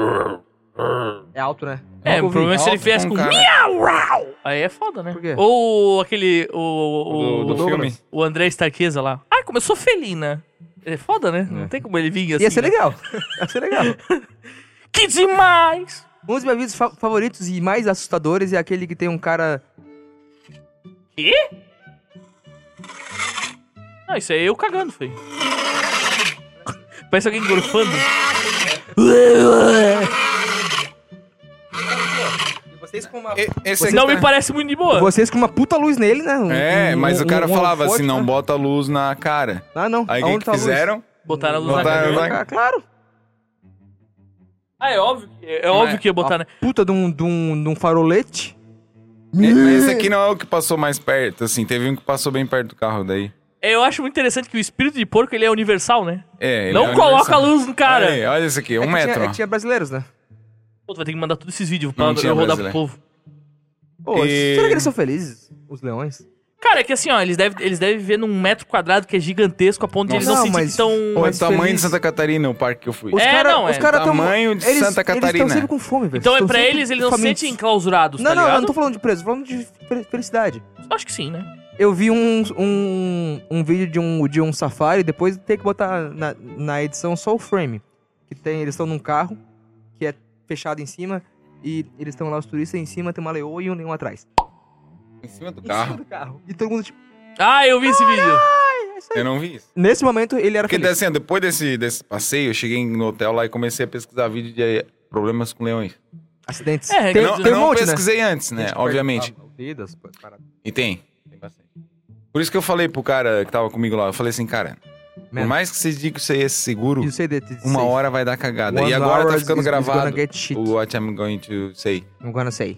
É alto, né?
É,
Nunca
o
ouvi.
problema é se ele
Nossa,
viesse com.
com cara.
Miau, uau! Aí é foda, né?
Por quê?
Ou aquele. O, o,
Do, do
o-
filme.
o André Starqueza lá. Ah, como eu sou felina. É foda, né? Não tem como ele vir assim.
Ia ser
né?
legal. Ia ser legal.
Que demais!
Um dos meus vídeos fa- favoritos e mais assustadores é aquele que tem um cara.
Quê? Não, isso aí é eu cagando, foi. Parece alguém gorfando.
Vocês com uma.
E- Esse aqui
Não
tá-
me parece muito de boa.
Vocês com uma puta luz nele, né? Um-
É,
um-
mas
um-
o cara
um
falava
holofote,
assim: não
né?
bota luz na cara.
Ah, não.
Aí o que
Aonde
que,
tá a luz?
fizeram? né?
Botaram a luz na
Botaram
cara.
a luz na-
Ah, Claro.
Ah, é óbvio. que- É óbvio que ia botar, né?
Uma Puta de um, de um, de um farolete.
É, Mas esse aqui não é o que passou mais perto, assim. Teve um que passou bem perto do carro daí.
É, Eu acho muito interessante que o espírito de porco ele é universal, né?
É, ele
Não
é
coloca a
universal.
luz no cara.
Olha, aí, olha esse aqui, um
É que
metro.
Tinha, é
ó.
que tinha brasileiros, né?
Pô, tu vai ter que mandar todos esses vídeos pra
Não tinha
eu rodar pro
brasileiro.
povo.
Pô,
E-
será que eles são felizes? Os leões?
Cara, é que assim, ó, eles devem, eles devem viver num metro quadrado que é gigantesco, a ponto de eles não,
Nossa.
se
Não,
sentirem
mas-
tão.
Olha
mais
o tamanho
feliz.
de Santa Catarina, o parque que eu fui.
É,
cara,
não,
os
é.
cara tão-
Tamanho de
eles,
Santa
Eles estão
Catarina.
sempre com fome, velho.
Então é
Tão
pra
sempre
eles, eles não se
famintos.
sentem enclausurados,
Não,
tá
não, eu
ligado?
não tô falando de preso, tô falando de fel- felicidade.
Acho que sim, né?
Eu vi um, um, um vídeo de um, de um safari, depois tem que botar na, na edição só o frame. Que tem, eles estão num carro, que é fechado em cima, e eles estão lá, os turistas em cima, tem uma leoa e um leão atrás.
Em cima do
Em cima
carro.
do carro. E todo mundo, tipo,
Ah, eu vi esse vídeo.
Eu não vi isso.
nesse momento ele era
Porque
feliz.
assim, ó, depois desse, desse passeio, eu cheguei no hotel lá e comecei a pesquisar vídeo de problemas com leões.
Acidentes.
É,
tem,
não
tem um
não
monte, né?
pesquisei antes, né?
Gente,
Obviamente.
perde- ah, Dedos, pô, parada.
E tem. Tem bastante. Por isso que eu falei pro cara que tava comigo lá, eu falei assim, cara, por
Man.
mais que vocês digam que isso aí é seguro,
E o CD de
uma
seis.
hora vai dar cagada.
One
e agora
hour
tá
is-
ficando
is gonna
gravado.
get shit.
O what I'm going to say.
I'm gonna say.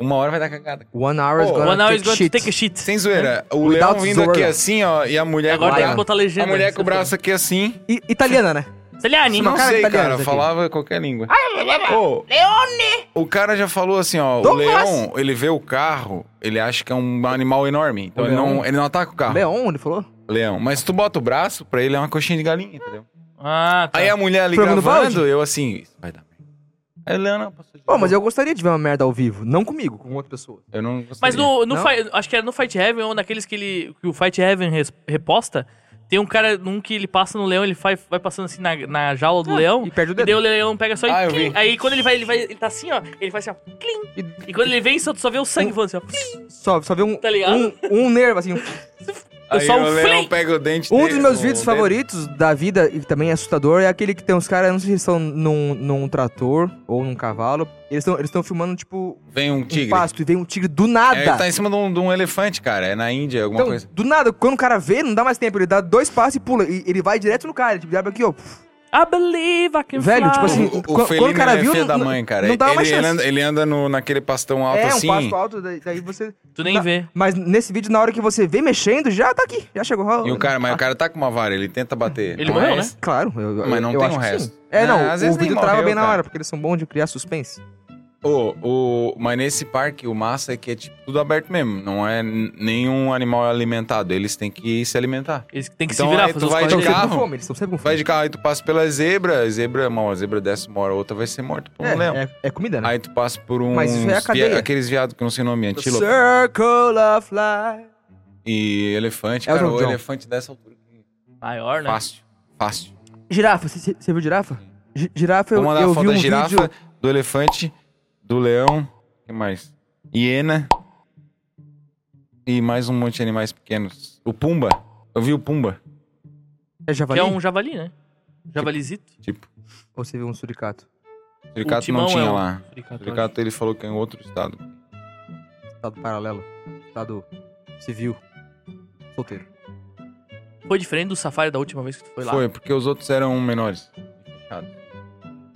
Uma hora vai dar cagada.
One hour is
Oh,
gonna,
One hour is
take,
going to
shit.
take a shit.
Sem zoeira, o
Without
leão vindo aqui
Zorro.
assim, ó, e a mulher
Agora tem
Lion.
com o
que
braço-
botar legenda.
A mulher com o braço aqui assim.
I- italiana, né?
Italiani.
Não
cara
sei,
italiana
cara.
isso aqui.
Falava qualquer língua. Ô, O cara já falou assim, ó. O
Douglas!
leão, ele vê o carro, ele acha que é um animal enorme. Então
O
ele não,
leão.
ele não ataca o carro. Leão.
Leon, ele falou?
Mas se tu bota o braço, pra ele é uma coxinha de galinha, entendeu?
Ah, tá.
Aí é a mulher ali
Programa do
gravando,
Valde?
eu assim... "Isso Vai dar merda. Aí ele, não, não, passou de
Pô,
boa."
mas eu gostaria de ver uma merda ao vivo. Não comigo, com outra pessoa.
Eu não gostaria.
Mas no, no
Não?
Fi- acho que era no Fight Heaven ou naqueles que, ele, que o Fight Heaven res- reposta. Tem um cara, num que ele passa no leão, ele vai, vai passando assim na, na jaula do leão.
E perde o
E daí o
dedo.
leão pega só e
é Ah, eu
clim.
vi.
Aí quando ele vai, ele vai, ele tá assim, ó, ele faz assim, ó, clim.
E
E quando ele vem, só, tu só vê o
Hum.
sangue voando assim, ó.
só, só ver um,
Tá ligado?
um, um nervo, assim.
Eu
Aí
só um
o leão
flim.
pega o dente
Um
dele,
dos meus
o
vídeos
dedo.
favoritos da vida, e que também é assustador, é aquele que tem uns caras, não sei se eles estão num, num trator ou num cavalo. Eles estão eles tão filmando, tipo,
Vem um
um
tigre.
pasto e vem um tigre do
É, ele
nada.
tá em cima de um, de um elefante, cara. É na Índia, alguma
Então,
coisa.
do nada, quando o cara vê, não dá mais tempo. Ele dá dois passos e pula. E ele vai direto no cara. Ele, tipo, abre aqui, ó.
I believe I can
Velho,
fly.
tipo assim,
o, o
quando-
felino
quando o cara
é
viu,
filho da
não-
mãe, cara.
não dá
ele,
uma
ele
chance.
anda, ele anda no, naquele pastão alto
é,
assim.
um passo alto, daí, daí você...
Tu nem
Tá.
vê.
Mas nesse vídeo, na hora que você vê mexendo, já tá aqui. Já chegou. ó,
E o cara, mas o cara tá com uma vara, ele tenta bater.
Ele morreu, né?
mas-
Claro, eu,
Mas não
eu
tem
acho
o
que
resto.
sim. É, não,
Ah, às vezes
o vídeo
nem
trava
morreu,
bem na
cara.
hora, porque eles ssão bons de criar suspense.
Ô, o, mas nesse parque, o massa é que é tipo, tudo aberto mesmo. Não é n- nenhum animal é alimentado. Eles têm que se alimentar.
Eles têm que
Então,
se virar,
aí tu
fazer os
vai
Estão
de
cortes.
sempre com
carro.
fome, eles estão sempre com
Vai
fome.
de carro, aí tu passa pela zebra. a Zebra, uma zebra desce uma hora, a outra vai ser morta por um leão.
É, é, é comida, né?
Aí tu passa por um.
Mas isso é a cadeia.
aqueles viados que eu não sei o nome,
The
antílope
Circle of Life.
e elefante.
Elton
Cara, o
John.
elefante dessa altura.
É,
Maior, né?
Fácil, fácil.
Girafa, você viu girafa? Gi- girafa, eu,
Vou mandar
eu
a
vi
foto da
um
girafa,
vídeo...
do elefante, do leão, o que mais? Hiena. E mais um monte de animais pequenos. O Pumba. Eu vi o Pumba,
É
Que
javali?
é um javali, né? Javalizito.
tipo.
Ou você viu um suricato?
O Suricato
timão
não tinha
é um
lá. O
suricato,
Suricato ele falou que é em outro estado.
Estado paralelo. Estado civil. Solteiro.
Foi diferente do safari da última vez que tu foi
Foi,
lá.
porque os outros eram menores. Fechado.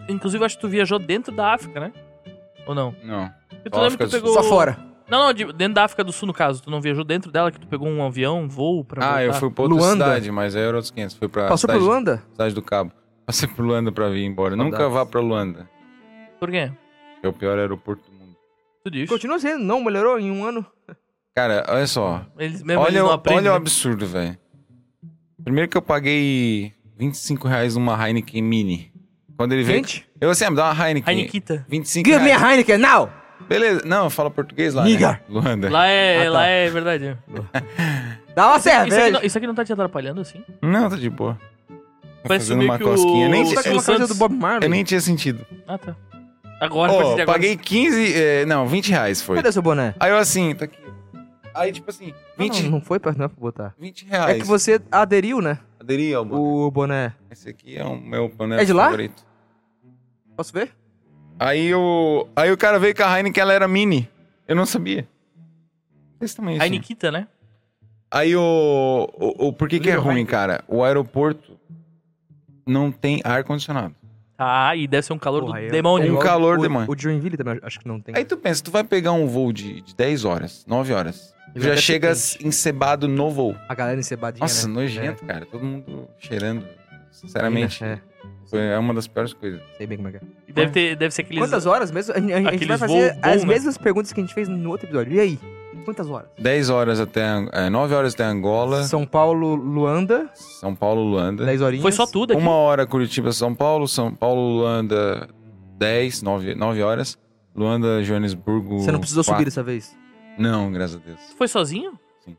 Inclusive, acho que tu viajou dentro da África, né? Ou não?
Não.
Porque tu
Só
lembra
África
que tu
do
pegou...
Sul.
Só fora.
Não, não, de- dentro da África do Sul, no caso. Tu não viajou dentro dela, que tu pegou um avião, um voo pra
Ah,
voltar?
eu fui pra outra
Luanda.
cidade, mas aí era outros 500. Fui pra
Passou por
cidade,
Luanda?
cidade do Cabo. Passei por Luanda pra vir embora. Nunca
Saudades.
vá pra Luanda.
Por quê?
que É o pior aeroporto do mundo.
Tu diz.
Continua sendo, não melhorou em um ano.
Cara, olha só.
Eles
É,
mesmo
olha,
eles não
o-
aprendem.
olha o
né?
absurdo, velho. Primeiro que eu paguei 25 reais numa Heineken Mini. Quando ele veio.
Gente,
Eu assim, ah, me dá uma Heineken.
Heinekita.
25
give me
reais.
a Heineken now!
Beleza. Não, fala português lá. Né?
Nigga.
Luanda.
Lá é,
Ah, tá.
lá é verdade.
Dá uma
Isso aqui,
cerveja!
não, isso aqui não tá te atrapalhando, assim?
Não, tá de boa. Tá
Parece
fazendo
meio
uma
que o-
cosquinha. Nem, é
o-
Tá com
Silvio
uma camisa
Santos.
do Bob Marley.
eu nem tinha sentido.
Ah, tá. Agora, a
Ó,
partir de agora...
paguei 15. eh, não, 20 reais foi.
Cadê seu boné?
Aí eu assim, tá aqui. Aí, tipo assim, 20,
Não, não foi pra, não é pra botar.
20
É
reais.
que você aderiu, né?
Aderi ao boné.
O boné.
Esse aqui é o meu boné
É de lá?
favorito.
Posso ver?
Aí o, aí o cara veio com a Heineken, ela era mini. Eu não sabia. Desse tamanho assim.
Heinekita, né?
Aí o, o, o- Por que que é
Little
ruim,
Heineken.
cara? O aeroporto não tem ar-condicionado.
Ah, e deve ser um calor
Porra,
do
eu-
demônio.
Um
igual
calor
o,
demais.
O Dreamville também, acho que não tem.
Aí tu pensa, tu vai pegar um voo de, de 10 horas, 9 horas. Tu
Ele
já
até
chega
fica
encebado no voo.
A galera encebadinha,
Nossa,
né?
nojento, cara. Todo mundo cheirando. Sinceramente,
É,
foi- é uma das piores coisas.
sei bem como é que é.
E Deve, ter, deve ser aqueles...
Quantas horas mesmo? A, a- a gente
Aqueles
vai fazer
voo bom,
as
né?
mesmas perguntas que a gente fez no outro episódio. E aí? Quantas horas?
10 horas até. Ang- É, 9 horas até Angola, São,
São Paulo, Luanda,
Paulo, Luanda.
10 horinhas.
Foi só tudo aqui.
Uma hora Curitiba, São Paulo. São Paulo, Luanda, 10, 9, horas. Luanda, Joanesburgo.
Você não precisou subir
quatro.
dessa vez.
Não, graças a Deus.
Tu foi sozinho?
Sim.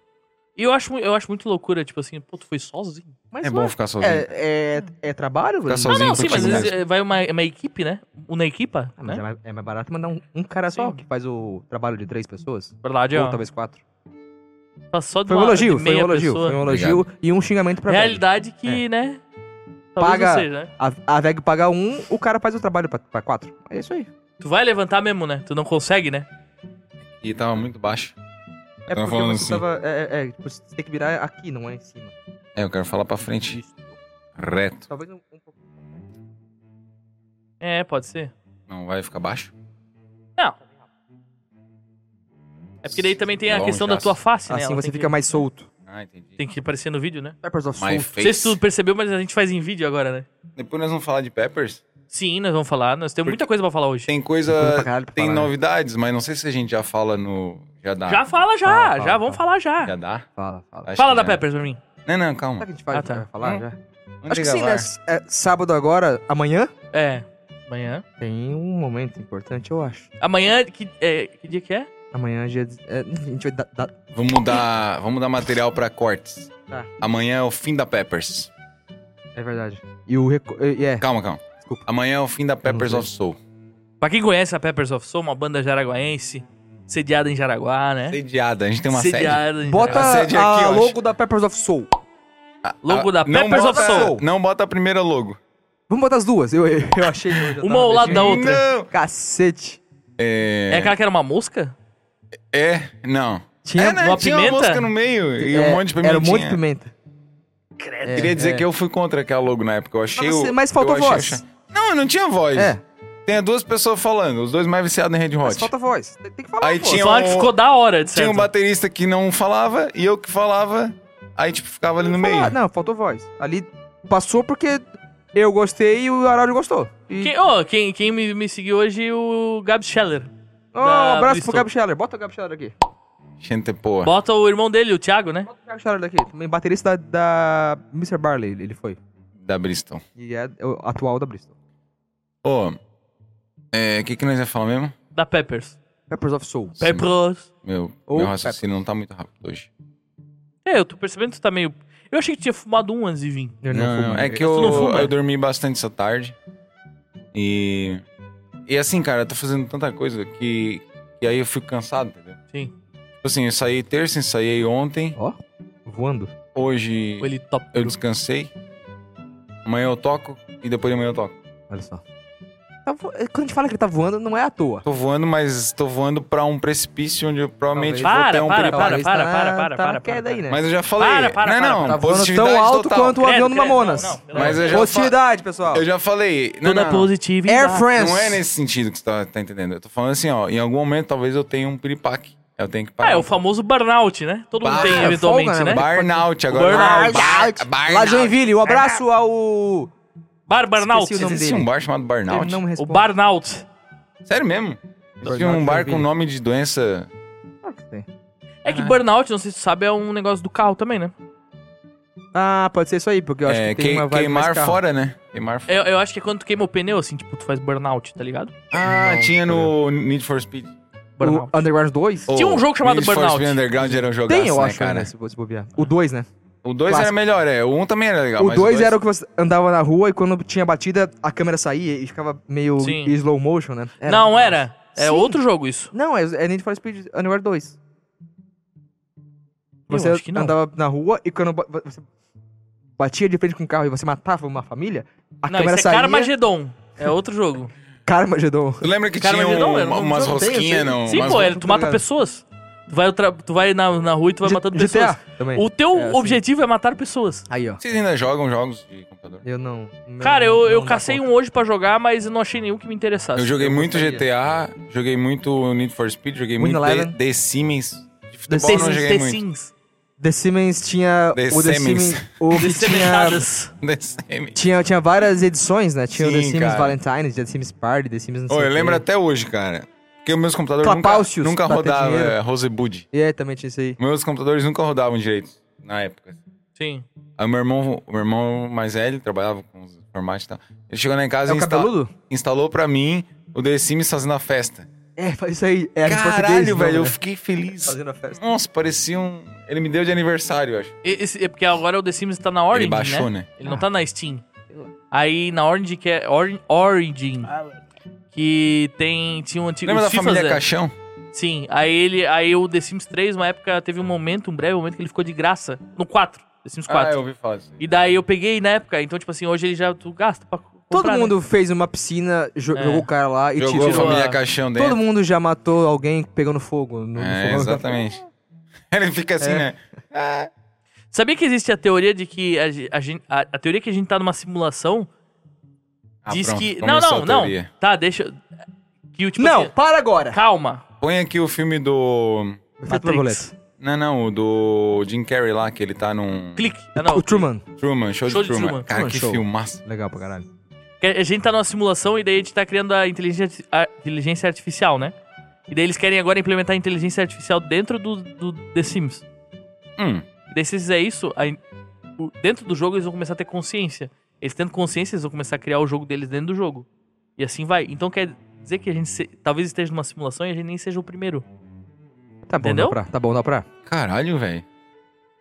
E eu acho, mu- eu acho muito loucura, tipo assim, pô, tu foi sozinho?
Mas
É
ué,
bom ficar sozinho.
É, é, é trabalho?
Ficar
velho?
sozinho. um
Ah, não, sim,
contigo
mas às vezes
mesmo.
é, vai uma, uma equipe, né? Uma equipa,
Ah, mas
né?
é mais, é mais barato mandar um, um cara só
Sim.
que faz o trabalho de três pessoas.
Verdade,
Ou
ó.
talvez quatro.
Tá só de
Foi um
uma-
elogio,
de
foi um
meia
elogio.
pessoa.
Foi um elogio e um xingamento pra VEG.
Realidade que, né? Talvez
Paga-
não seja, né?
A, a VEG paga um, o cara faz o trabalho pra, pra quatro. É isso aí.
Tu vai levantar mesmo, né? Tu não consegue, né?
E tava muito baixo.
É
Tava
porque
falando
você
assim.
tava. É, é, é, tipo, você tem que virar aqui, não é em cima.
É, eu quero falar pra frente. Reto.
Talvez um, um pouco.
É, pode ser.
Não vai ficar baixo?
Não. É porque daí também tem a
Longe,
questão da
aço.
tua face, né?
Assim
Ela
você
tem que-
fica mais solto.
Ah, entendi.
Tem que aparecer no vídeo, né?
Peppers of
My
Soul.
Não sei
face.
se tu percebeu, mas a gente faz em vídeo agora, né?
Depois nós vamos falar de Peppers.
Sim, nós vamos falar. Nós temos muita coisa pra falar hoje.
Tem
Coisa
coisa.
pra caralho pra
Tem
falar, né?
novidades, mas não sei se a gente já fala no. Já dá.
Já fala, já.
Fala, fala,
já, vamos falar já.
Já dá?
Fala, fala.
Fala
Acho que
da
é. já.
Peppers pra mim.
Não, não, calma.
Será que a gente vai,
Ah, tá.
vai falar
Hum.
já?
Vamos
Acho que sim, né?
gravar.
S- é, sábado agora, amanhã,
É. Amanhã.
tem um momento importante, eu acho.
Amanhã, que, é, que dia que é?
Amanhã é dia. de- é, a gente vai dar. dar-
Vamos dar, vamos dar material pra cortes.
Tá.
Amanhã é o fim da Peppers.
é verdade. E o. reco- e- e É,
Calma, calma.
Desculpa.
Amanhã é o fim da Peppers
sei.
of Soul.
Pra quem conhece a Peppers of Soul, uma banda jaraguaense, sediada em Jaraguá, né?
Sediada. A gente tem uma sede.
sediada em
bota
Jaraguá.
a sede é aqui,
a
eu
logo da Peppers of Soul.
Logo da
Ah, não
Peppers of
bota-
Soul.
Não bota a primeira logo.
Vamos botar as duas. Eu, eu eu achei. que eu já
Uma
tava
ao lado
mexendo.
da outra.
Não.
Cacete.
É.
É.
aquela que era uma mosca?
É, não.
Tinha
é, né?
uma
Tinha
pimenta?
uma mosca no meio e
É,
um monte de pimenta.
Era um monte de pimenta.
Credo.
É,
Queria dizer
é.
que eu fui contra aquela logo na época. Eu achei
Mas você-
o-
mas faltou
eu achei-
voz.
achei- Não, não tinha voz.
É,
Tem duas pessoas falando, os dois mais viciados em Red Hot.
mas falta voz. Tem tem que falar,
Aí
pô.
tinha
Só uma que
um-
ficou da hora, de
Tinha
certo.
um baterista que não falava e eu que falava, aí tipo ficava ali no meio.
Ah, não, faltou voz. Ali passou porque eu gostei e o Araldo gostou. E...
Quem, oh, quem, quem me, me seguiu hoje é o Gab Scheller.
Oh,
da
um abraço
Bristol.
pro Gabi Scheller. Bota o Gabi Scheller aqui.
Gente, pô.
Bota o irmão dele, o Thiago, né?
Bota o Gabi Scheller daqui. Também baterista da, da Mr. Barley, ele foi.
Da Bristol.
E é o atual da Bristol.
Ô, é, o que que nós ia falar mesmo?
Da Peppers.
Peppers of Soul.
Sim.
Peppers.
Meu,
Ô,
meu raciocínio não tá muito rápido hoje.
É, eu tô percebendo que tu tá meio. Eu achei que tu tinha fumado um antes de vir.
Eu
Não, não,
fumo.
é que
Tu não
eu,
fuma?
eu dormi bastante essa tarde. E. E assim, cara, eu tô fazendo tanta coisa que. E aí eu fico cansado, entendeu?
Sim.
Tipo assim, eu saí terça, ensaiei ontem.
Ó, voando.
Hoje
Ou ele top.
eu descansei. Amanhã eu toco e depois de amanhã eu toco.
Olha só. Tá vo- Quando a gente fala que ele tá voando, não é à toa.
Tô voando, mas tô voando pra um precipício onde eu provavelmente
Talvez.
vou ter
Para,
um
para,
peripério.
para,
Talvez
para,
tá-
para, para,
tá na
para,
queda
para.
aí, né?
Mas eu já falei.
Para, para,
não,
para,
não,
para.
Tá voando
positividade
tão alto
total.
quanto o
Credo,
avião do
credo,
Mamonas.
não, não, pelo
Mas
amor
eu
de
já
Positividade, pessoal.
Eu já falei. Não,
Toda
não,
positiva.
Air France.
não é nesse sentido que você tá, tá entendendo. Eu tô falando assim, ó. Em algum momento talvez eu tenha um piripaque. Eu tenho que parar.
Ah, é o famoso burnout, né? Todo mundo
Bah,
tem,
é
eventualmente,
folga,
né?
né?
Bar,
Burnout agora. Ah,
Burnout.
Burnout.
Lá
Burnout.
Joinville, um abraço ao...
burnout.
Esqueci o nome
Existe
dele.
um bar chamado Burnout?
Ele não me
O
responde.
burnout.
Sério mesmo? Existe
Burnout
um bar com
Joinville.
nome de doença...
Ah, que tem.
É que burnout, não sei se tu sabe, é um negócio do carro também, né?
Ah, pode ser isso aí, porque eu acho
é,
que tem
que-
uma vibe mais
queimar
carro.
fora, né? Queimar fora.
Eu, eu acho que é quando tu queima o pneu, assim, tipo, tu faz burnout, tá ligado?
Ah,
Não,
tinha no Need for Speed. é
Burnout.
O Underground 2?
Tinha um
Oh,
jogo chamado
Need for
Burnout.
Speed Underground era um jogaço,
Tem, eu
né,
acho,
cara?
né, se você bobear. O 2, né?
O 2 era
Clássico.
melhor, é. O 1 um também era legal.
O
mas
2
dois-
era o que você andava na rua e quando tinha batida, a câmera saía e ficava meio
Sim.
em slow motion, né? Era.
Não, era. É
Sim.
outro jogo isso.
Não, é, é Need for Speed Underground 2.
Eu
Você
acho que não.
andava na rua e quando ba- ba- você batia de frente com um carro e você matava uma família, a
não,
câmera
isso é
saía...
Carmageddon. É outro jogo.
Carmageddon.
Tu lembra que
Cara,
tinha
mas
um,
não, era um
umas
jogo, tem,
rosquinhas,
tem.
não?
Sim,
umas
pô,
roupas
é, tu mata
carregadas.
pessoas. Tu vai, outra- tu vai na, na rua e tu vai
G-
matando
GTA
pessoas.
também.
O teu
É, assim.
objetivo é matar pessoas.
Aí, ó.
Vocês ainda jogam jogos de computador?
Eu não... meu-
Cara, eu,
não
eu
dá
cacei
conta.
um hoje pra jogar, mas eu não achei nenhum que me interessasse.
Eu joguei
eu
muito
gostaria.
GTA, joguei muito Need for Speed, joguei
Windows
muito The,
Eleven.
The Sims. De
The
futebol
The,
não
Sims,
joguei
The
muito.
Sims.
The Siemens tinha...
The
o The
Siemens.
Siemens... O
um The
que tinha...
Sementadas.
The Sims.
Tinha, tinha várias edições, né? Tinha o The
Sim,
Sims
cara.
Valentine's, The Sims Party, The Sims não sei
Ô,
o
eu
quê.
lembro até hoje, cara. Porque meus computadores nunca,
Clapaucius,
nunca
pra ter
rodavam,
dinheiro.
é, Rosebud.
E aí, também tinha isso aí.
Meus computadores nunca rodavam direito, na época.
Sim.
Aí meu irmão, o meu irmão mais velho, trabalhava com os formatos e tal. Ele chegou lá em
É
casa
o
e insta-
cabeludo?
instalou pra mim o The Sims fazendo a festa.
É, faz isso aí. É, em português,
Caralho,
não,
velho, eu
né?
fiquei feliz.
Fazendo a festa.
Nossa, parecia um. Ele me deu de aniversário, eu acho.
E- esse- é porque agora o The Sims tá na Origin,
Ele baixou, né?
Ele não tá na Steam. Aí na Origin, que é Ori- Origin, que tem, tinha um antigo...
Lembra da
os Fifas,
família
é-
né?
Caixão?
Sim, aí ele, aí o The Sims 3, uma época, teve um momento, um breve momento que ele ficou de graça. No 4, The Sims 4.
Ah, eu ouvi falar disso. aí.
E daí eu peguei na época, então tipo assim, hoje ele já tu gasta pra comprar,
Todo
né?
mundo fez uma piscina, jo-
É.
jogou o cara lá e
Jogou a
tirou.
família
a-
Caixão dentro.
Todo mundo já matou alguém pegando fogo. No, no
É,
fogão.
exatamente. Ele fica assim,
É.
né? Ah,
Sabia que existe a teoria de que a, ge- a, gen- a, a teoria que a gente tá numa simulação
Ah,
diz
pronto,
que não,
começou
não,
a
não.
teoria.
Tá, deixa eu- que o tipo
Não,
assim,
para agora.
calma.
Põe aqui o filme do.
Efeito borboleta.
Não, não, o do Jim Carrey lá, que ele tá num.
Clique. Ah, não.
O Truman.
Truman, show, de Truman. Cara,
Truman
que
Show.
filmaço.
Legal pra caralho.
Que A gente tá numa simulação e daí a gente tá criando a inteligência, arti- a inteligência artificial, né? E daí eles querem agora implementar a inteligência artificial dentro do, do The Sims.
Hum,
E daí se fizer isso, a in- o- dentro do jogo eles vão começar a ter consciência. Eles tendo consciência, eles vão começar a criar o jogo deles dentro do jogo. E assim vai. Então quer dizer que a gente se- talvez esteja numa simulação e a gente nem seja o primeiro.
Tá bom,
Entendeu?
dá pra. Tá bom, dá pra.
caralho, velho.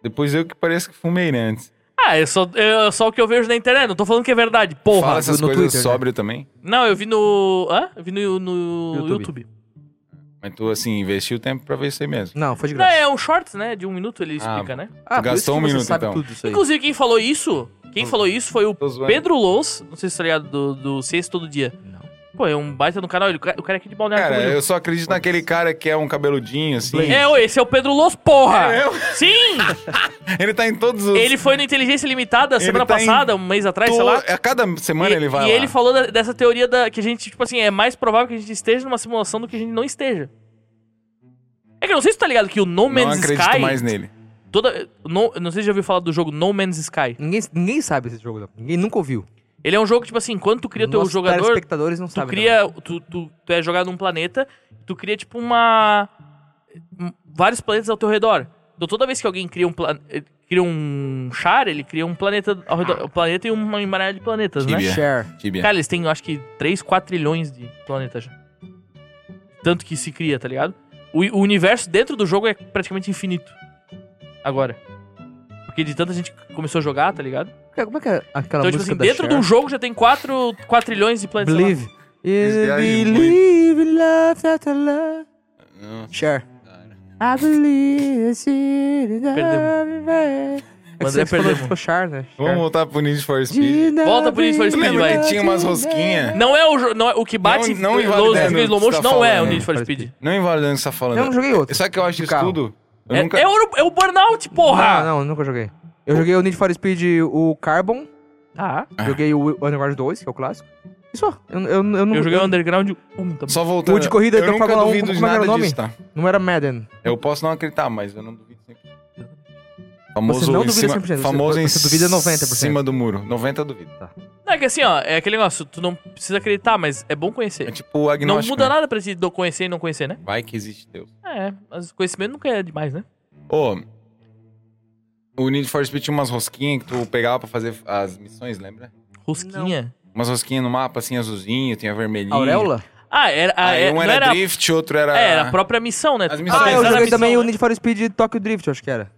Depois eu que parece que fumei, né? Antes.
Ah, é só, é só o que eu vejo na internet. Não tô falando que é verdade, porra.
Fala essas
no
coisas
Twitter, né?
sóbrio também.
Não, eu vi no. Hã? Eu vi no, no
YouTube.
YouTube.
Mas tu, assim, investiu tempo pra ver isso aí mesmo.
Não, foi de
Não,
graça.
é um shorts, né? De um minuto ele explica, né?
Ah, por
gastou
isso que
um
você
minuto,
sabe
então.
tudo isso aí.
Inclusive, quem falou isso, quem
Tô-
falou isso foi o
tô zoando.
Pedro Lous, não sei se tá ligado, do, do Ciência Todo Dia.
Não.
Pô, é um baita no canal, ele, o cara o cara é aqui de Balneário
Cara,
Camboriú.
eu só acredito naquele cara que é um cabeludinho, assim.
É, ô, esse é o Pedro Lous, porra!
É eu?
Sim!
Ele tá em todos os.
ele foi no Inteligência Limitada
Ele
semana
tá em
passada, um mês atrás,
to-
sei lá.
A é, cada semana
e
ele vai
e
lá.
ele falou da- dessa teoria da, que a gente, tipo assim, é mais provável que a gente esteja numa simulação do que a gente não esteja. É que eu não sei se tu tá ligado que o No
Não
Man's
acredito
Sky.
mais nele.
Toda, no, não sei se já ouviu falar do jogo No Man's Sky.
Ninguém, ninguém sabe esse jogo, não. ninguém nunca ouviu.
Ele é um jogo, tipo assim, enquanto tu cria o teu
Nossos
jogador,
telespectadores não
tu
sabem. não.
cria. Tu, tu, tu é jogado num planeta, tu cria, tipo, uma. um- vários planetas ao teu redor. Então toda vez que alguém cria um plan- eh, cria um char, ele cria um planeta ao redor. Um planeta e uma embaralha de planetas, né?
Tibia.
Share.
Tibia.
Cara, eles têm, eu acho que 3, 4 trilhões de planetas já. Tanto que se cria, tá ligado? O, o universo dentro do jogo é praticamente infinito. Agora. Porque de tanta gente que começou a jogar, tá ligado?
Como é que é aquela
então, tipo assim,
música
dentro
da
de um jogo já tem 4, 4 trilhões de planetas. lá.
Believe. You
viajam é muito.
believe in love that I love.
Nossa,
Share.
cara.
I believe it's in the
Perdemos.
way. É que
André
você falou
perdemos.
que ficou Shar, né? Shar.
Vamos voltar pro Need for Speed.
De
Volta pro Need for
the
Speed,
Lembra
vai.
que tinha umas rosquinhas?
é Não é o, jo- não é o que bate
Não- não
no-
invalidando
no-
o que
no slow
você tá
motion, não é o
falando.
Need for
Faz
Speed.
Não invalidando o que você tá falando.
Eu não joguei outro.
Sabe o que eu acho disso
carro.
tudo? Eu
um É,
nunca.
é o, é o Burnout, porra!
Não, não, nunca joguei. Eu joguei o Need for Speed, o Carbon.
Tá.
Ah.
Joguei o Underground 2, que é o clássico. E só. Eu, eu, eu não,
Eu joguei o Underground 1 também.
Só voltando.
O de corrida
eu
da
nunca
Fórmula 1,
duvido de
como é que era
nada
o nome?
disso, tá?
não era Madden.
Eu posso não acreditar, mas eu não duvido sempre.
Você
Famoso
não
em
duvida
cima,
100%, você-
famoso em
você duvida 90%.
cima do muro. 90 eu duvido. tá?
Não, é que assim, ó, é aquele negócio, tu não precisa acreditar, mas é bom conhecer.
É tipo o
Não
agnóstico.
muda
né?
nada pra te do- conhecer e não conhecer, né?
Vai que existe Deus.
É, mas conhecimento nunca é demais, né?
Ô, o Need for Speed tinha umas rosquinhas que tu pegava pra fazer as missões, lembra?
Rosquinha.
Umas rosquinhas no mapa, assim, azulzinho, tinha vermelhinho.
Auréola?
Ah, era, ah,
Aí
é,
um
não
era,
era,
drift, outro era...
é, era a própria missão, né?
As
Tu
missões.
Ah,
tava
eu
pensando na
joguei também
missão, né?
o Need for Speed Tokyo Drift, eu acho que era.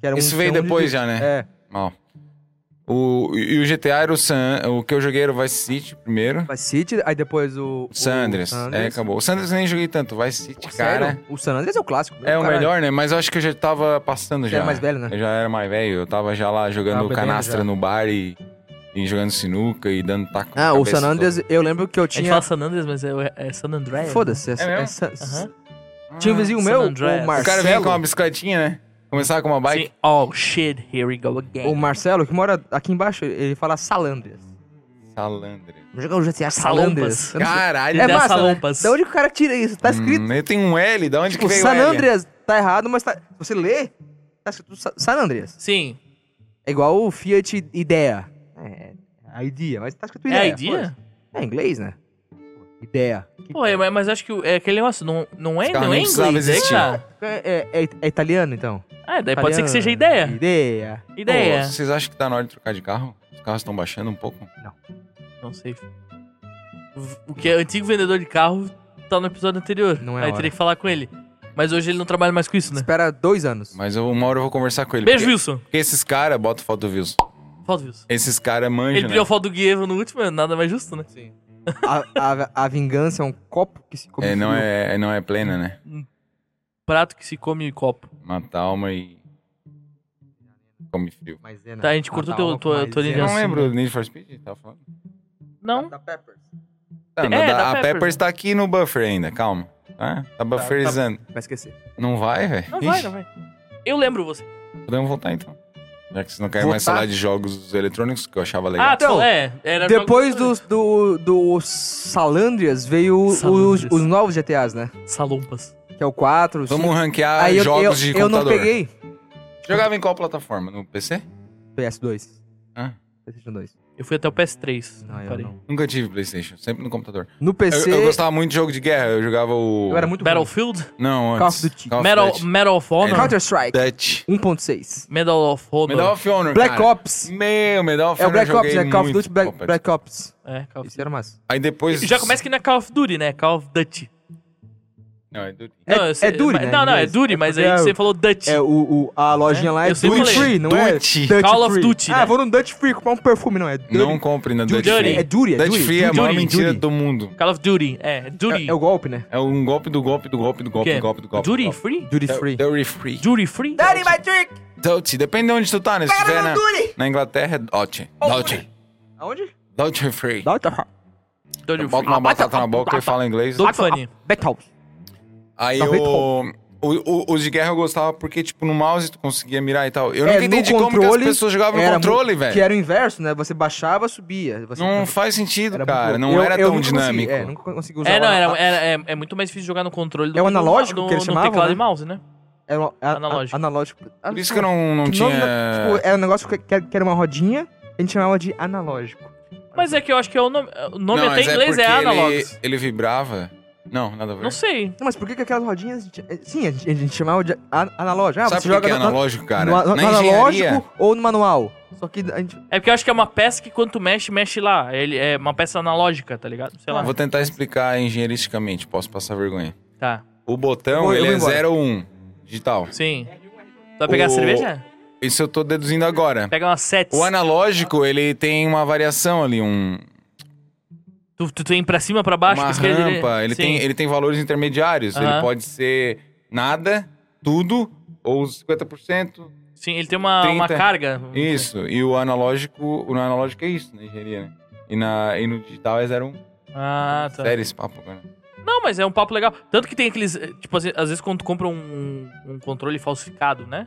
Que era um
Isso veio
que era
depois
de-
já, né?
É.
Mal. O, e o GTA era o San... O que eu joguei era o Vice City primeiro.
Vice City, aí depois o... o
San Andreas.
San
É,
Andreas.
acabou. O San Andreas eu nem joguei tanto. O Vice City, cara...
Sério? O San Andreas é o clássico.
É o
caralho.
melhor, né? Mas eu acho que eu já tava passando
Você
já.
era mais velho, né?
Eu já era mais velho. Eu tava já lá jogando
Tava bebendo
canastra
já.
no bar e, e jogando sinuca e dando taco. na
Ah, o
cabeça
San Andreas, eu lembro que eu
A gente
tinha...
fala San Andreas, mas é, é San Andreas. né?
Foda-se. É,
É mesmo?
é San-
Aham.
todo.
Tinha um vizinho
San
meu,
Andreas.
o
O
Ah, O cara vinha
Marcelo.
com uma bicicletinha, né? Começava com uma bike.
Sim. Oh, shit, here we go
O
again.
Marcelo, que mora aqui embaixo, ele fala Salandrias.
Salandre.
Vamos jogar o GTA
Salompas.
Salandrias. Eu não sei-
Caralho.
É
dá
massa, né?
Salompas.
Da onde que o cara tira isso? Tá escrito.
Hum, ele tem um L. Da onde
tipo,
que veio
San
o L?
Andreas tá errado, mas tá... Você lê, tá escrito Sa- San Andreas.
Sim.
É igual o Fiat Idea. É, a idea, mas tá escrito
É
Idea.
a ideia?
foda-se. É inglês, né? Ideia.
Pô, é, mas- mas acho que o- é aquele negócio, não, não é,
Esse carro
não é
nem precisava
inglês, é,
existir.
cara?
É, é- é- é italiano, então?
Ah, daí pode ser que
Italiano.
seja ideia.
Ideia.
Pô,
Ideia.
vocês acham que tá na hora de trocar de carro? Os carros estão baixando um pouco.
Não sei. O que é antigo vendedor de carro tá no episódio anterior.
Não é a
Aí
hora.
teria que falar com ele. Mas hoje ele não trabalha mais com isso, né?
Espera dois anos.
Mas eu, uma hora eu vou conversar com ele.
Beijo,
porque,
Wilson.
porque esses caras... Bota foto do Wilson.
Falta, Wilson.
Esses caras
Ele
manjam, né?
pediu a foto do Guievo no último, nada mais justo, né? Sim.
A, a- a vingança é um copo que se come
É, não,
frio.
é, não é plena, né?
Prato que se come em copo.
Matar alma e... Come frio.
Mas é, né?
Tá, a gente cortou
Matar
teu-
alma com
tua-
maisena.
tua
Eu
linha.
não
Assim,
lembro do Need for Speed, tava falando.
Não.
Da Peppers.
Tá,
É,
não, da-
da
a
Peppers.
Peppers. tá aqui no buffer ainda, calma. Tá, tá bufferizando.
Vai esquecer.
é
Não vai, velho?
Não vai, não vai. Eu lembro você.
Podemos voltar então. Já que vocês não querem mais
Voltar?
falar de jogos eletrônicos, que eu achava
Ah,
legal.
então,
Então,
é. Era
Depois
jogo-
dos- do, do, Salandrias veio
Salandrias.
Os, os novos GTAs, né?
Salompas.
Que que é o 4, o 5.
Vamos ranquear
Aí eu,
jogos
eu,
de
eu
computador.
não peguei
Jogava em qual plataforma? No PC?
PS2.
Ah,
PlayStation 2.
Eu fui até o PS3.
Não, eu
parei.
não.
nunca tive Playstation, sempre no computador.
No
Eu-
PC,
Eu,
eu,
gostava muito de jogo de guerra, eu jogava o...
era muito bom.
Battlefield?
Não,
Call
antes.
of Duty.
Metal,
Duty.
Medal of Honor?
É. Counter-Strike
Dutch.
1.6.
Medal of Honor.
Medal of Honor,
Black
cara.
Ops.
Meu, Medal of
É o
Honor
Black
eu
Ops,
joguei
é Call of
muito.
Duty Black,
Ops.
Black Ops.
É, Call of
Isso era massa.
Aí depois...
Duty. Já começa que não é Call of Duty, né? Call of Duty.
Não, é Duty.
É-
não, eu sei-
é Duty,
mas-
né,
Não, não, é
inglês.
Duty, mas
É
aí
porque é
você
o-
falou Dutch.
É, o, o- a lojinha lá é
Eu sempre
Duty
falei.
Free, não
Duty.
é? Duty
Call of
Free.
Duty,
Ah,
né?
vou no Duty Free comprar um perfume, não é? Duty.
Não compre na Dutch
Duty.
Free.
É Duty, é
Dutch
Duty.
Free é a
Duty,
maior
Duty.
mentira do mundo.
Call of Duty, é. Duty.
É o golpe, né?
É um golpe do golpe do golpe do golpe
Quê?
do golpe do golpe.
Duty
do golpe.
Free?
Duty Free.
Duty Free.
Duty Free?
Daddy, my trick!
Dutch. Depende de onde tu tá, né? Se tiver na,
Duty.
na Inglaterra, é Dutch. Dutch.
Aonde?
Dutch Free.
Duty
Duty
Bota
Free.
uma batata na boca e fala inglês.
Dutch Funny.
Ah, Battles.
Aí
Talvez
o, o, o- os de guerra eu gostava porque, tipo, no mouse tu conseguia mirar e tal. Eu nunca
É, no
entendi como que as
controle,
pessoas jogavam no
era mu-
controle,
Que
velho.
era o inverso, né? Você baixava, subia. Você
Não faz sentido,
era muito
cara.
louco.
Não
Eu-
era
eu
tão
nunca consegui,
dinâmico.
é, nunca consegui usar
É,
o
não,
a-
era,
a-
era- é, é muito mais difícil jogar no controle do
É o
que
analógico
no,
que eles
no
chamavam,
teclado
né?
e mouse, né?
era o- a- a-
analógico.
analógico.
Por isso que eu não, não
Que nome
tinha.
da- tipo, era um negócio que, que era uma rodinha, a gente chamava de analógico.
Mas é que eu acho que é o nome. O nome
não,
até em
mas
inglês é,
porque
analógico.
Ele, ele vibrava. Não, nada a ver.
Não sei.
Não, mas por que, que aquelas rodinhas. a gente- eh, Sim, a gente, a gente chamava de a- analógico. Ah,
Sabe
você
por
joga
que é
no- no-
analógico, cara?
no, no-
Na
no
engenharia.
analógico ou no manual. Só que a gente.
É porque eu acho que é uma peça que quando tu mexe, mexe lá. Ele é uma peça analógica, tá ligado? Sei lá.
Vou tentar explicar engenheiristicamente, posso passar vergonha.
Tá.
O botão,
Eu vou- eu
ele
vou
é
embora.
0 1 digital.
Sim. Tu vai pegar a
O-
cerveja?
Isso eu tô deduzindo agora.
Pega uma sets.
O analógico, ele tem uma variação ali, um,
Tu, tu tem pra cima, pra baixo,
uma
pra esquerda.
rampa, ele
Sim.
tem, ele tem valores intermediários. Ele
Aham.
pode ser nada, tudo, ou 50%.
Sim, ele tem uma, uma
30.
carga.
Isso. E o analógico, o analógico é isso na engenharia, né? E, na, e no digital é 01.
Ah, tá.
Sério esse papo, cara.
Não, mas é um papo legal. Tanto que tem aqueles. eh, Tipo, às ve- às vezes quando tu compra um, um controle falsificado, né?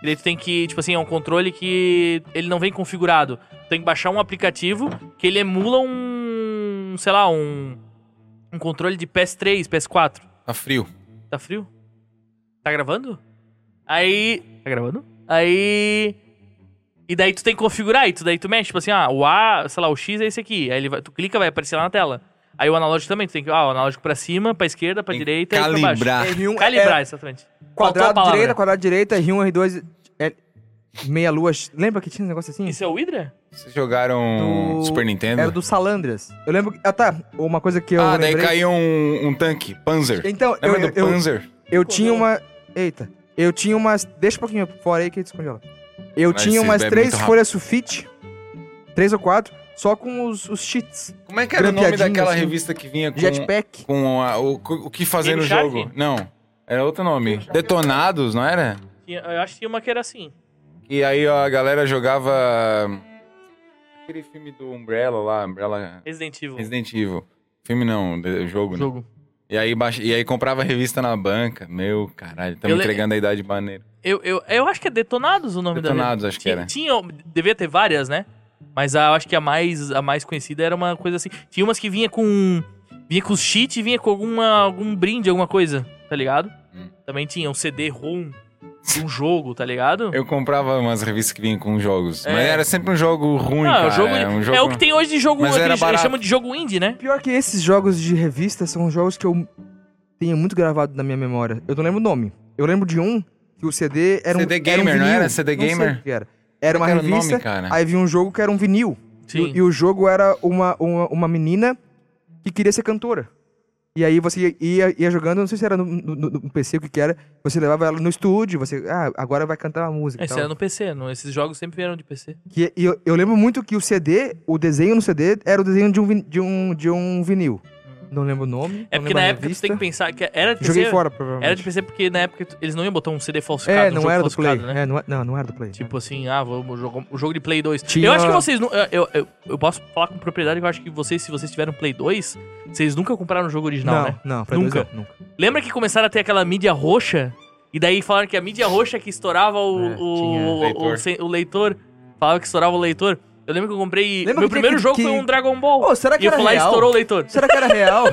E daí tu tem que. Tipo assim, é um controle que ele não vem configurado. Tu tem que baixar um aplicativo que ele emula um. Sei lá, um. Um controle de PS3, PS4.
Tá frio.
Tá frio? Tá gravando? Aí. Tá gravando? Aí. E daí tu tem que configurar, e tu daí tu mexe, tipo assim, ah, o A, sei lá, o X é esse aqui. Aí ele vai, tu clica, vai aparecer lá na tela. Aí o analógico também, tu tem que, ah, o analógico pra cima, pra esquerda, pra
Tem que
direita e pra baixo.
calibrar.
R1
Calibrar, exatamente.
é
Faltou a
um, quadrado
palavra.
direita, quadrado direita, R1, R2, é, meia lua. Lembra que tinha um negócio assim?
Isso é o Hydra?
Vocês jogaram
Do-
Super Nintendo?
Era do Salandras. Eu lembro. que- Ah, tá. Uma coisa que eu.
ah, daí
lembrei...
caiu um, um tanque, Panzer.
Então, eu,
Lembra
eu,
do
eu,
Panzer?
eu tinha uma. Eita. Eu tinha umas. Deixa um pouquinho fora aí que descongela. Eu
Mas
tinha
você
umas
bebe
três
muito rápido.
folhas sulfite. Três ou quatro. Só com os, os cheats.
Como é que era o nome
Grampeadinho,
daquela
assim.
revista que vinha com,
Jetpack.
com a- o, o que fazer
Game
no
Shark?
jogo? Não, era outro nome. Detonados, não era?
Tinha- Eu acho que tinha uma que era assim.
E aí ó, a galera jogava aquele filme do Umbrella lá, Umbrella
Resident Evil.
Resident Evil. Filme não, de- jogo, né?
Jogo.
E aí, baixa- e aí comprava revista na banca. Meu caralho,
Eu
estamos
le-
entregando a idade maneira.
Eu, eu, eu acho que é Detonados o nome da
Detonados, acho que
Tinha-
era.
Tinha, devia ter várias, né? Mas a- eu acho que a mais, a mais conhecida era uma coisa assim. Tinha umas que vinha com. Vinha com cheat e vinha com alguma, algum brinde, alguma coisa, tá ligado?
Hum.
Também tinha um CD ROM de um jogo, tá ligado?
É
Eu comprava umas revistas que vinham com jogos. Mas
É.
era sempre um jogo ruim,
Ah,
cara.
o jogo-
é um jogo...
é o que tem hoje de jogo.
Mas
que
era
eles, eles
barato.
chamam de jogo indie, né?
Pior que esses jogos de revista são jogos que eu tenho muito gravado na minha memória. Eu não lembro o nome. Eu lembro de um que o CD era um.
CD
era um
Gamer, não
vinil.
era? CD
Não sei
Gamer?
o que era. Era uma
Qual que era o nome,
revista,
cara?
aí vinha um jogo que era um vinil.
Sim.
E, e o jogo era uma, uma, uma menina que queria ser cantora. E aí você ia, ia jogando, não sei se era no, no- no- no PC, o que que era, você levava ela no estúdio, você, ah, agora vai cantar uma música. e
Esse
tal.
era no PC, não, esses jogos sempre vieram de PC.
Que- e eu, eu lembro muito que o CD, o desenho no CD, era o desenho de um, vin- de um, de um vinil. Não lembro o nome.
É
não
porque
lembro
na
a
época tu
revista.
tem que pensar que era de PC.
Joguei fora,
Era de
provavelmente.
PC porque na época tu- eles não iam botar um CD falsificado,
É,
um
não
jogo
era do Play.
falsificado, né?
É, não, é- não, não era do Play.
Tipo assim, ah, vamos jogar o jogo de Play 2.
Tinha-
Eu acho que vocês. nu- eh, Eu, eu, eu, eu posso falar com propriedade que eu acho que vocês, se vocês tiveram Play 2, vocês nunca compraram o jogo original,
não,
né?
não, Play dois
Nunca.
não, nunca.
Lembra que começaram a ter aquela mídia roxa? E daí falaram que a mídia roxa que estourava o,
É,
o,
tinha.
o- o-
Leitor.
se- o leitor. Falava que estourava o leitor. Eu lembro que eu comprei.
Lembra
meu
que
primeiro
tinha
jogo
que- que-
foi um Dragon Ball.
Ô, será que
e eu
era
fui lá e
real?
estourou o leitor.
Será que era real?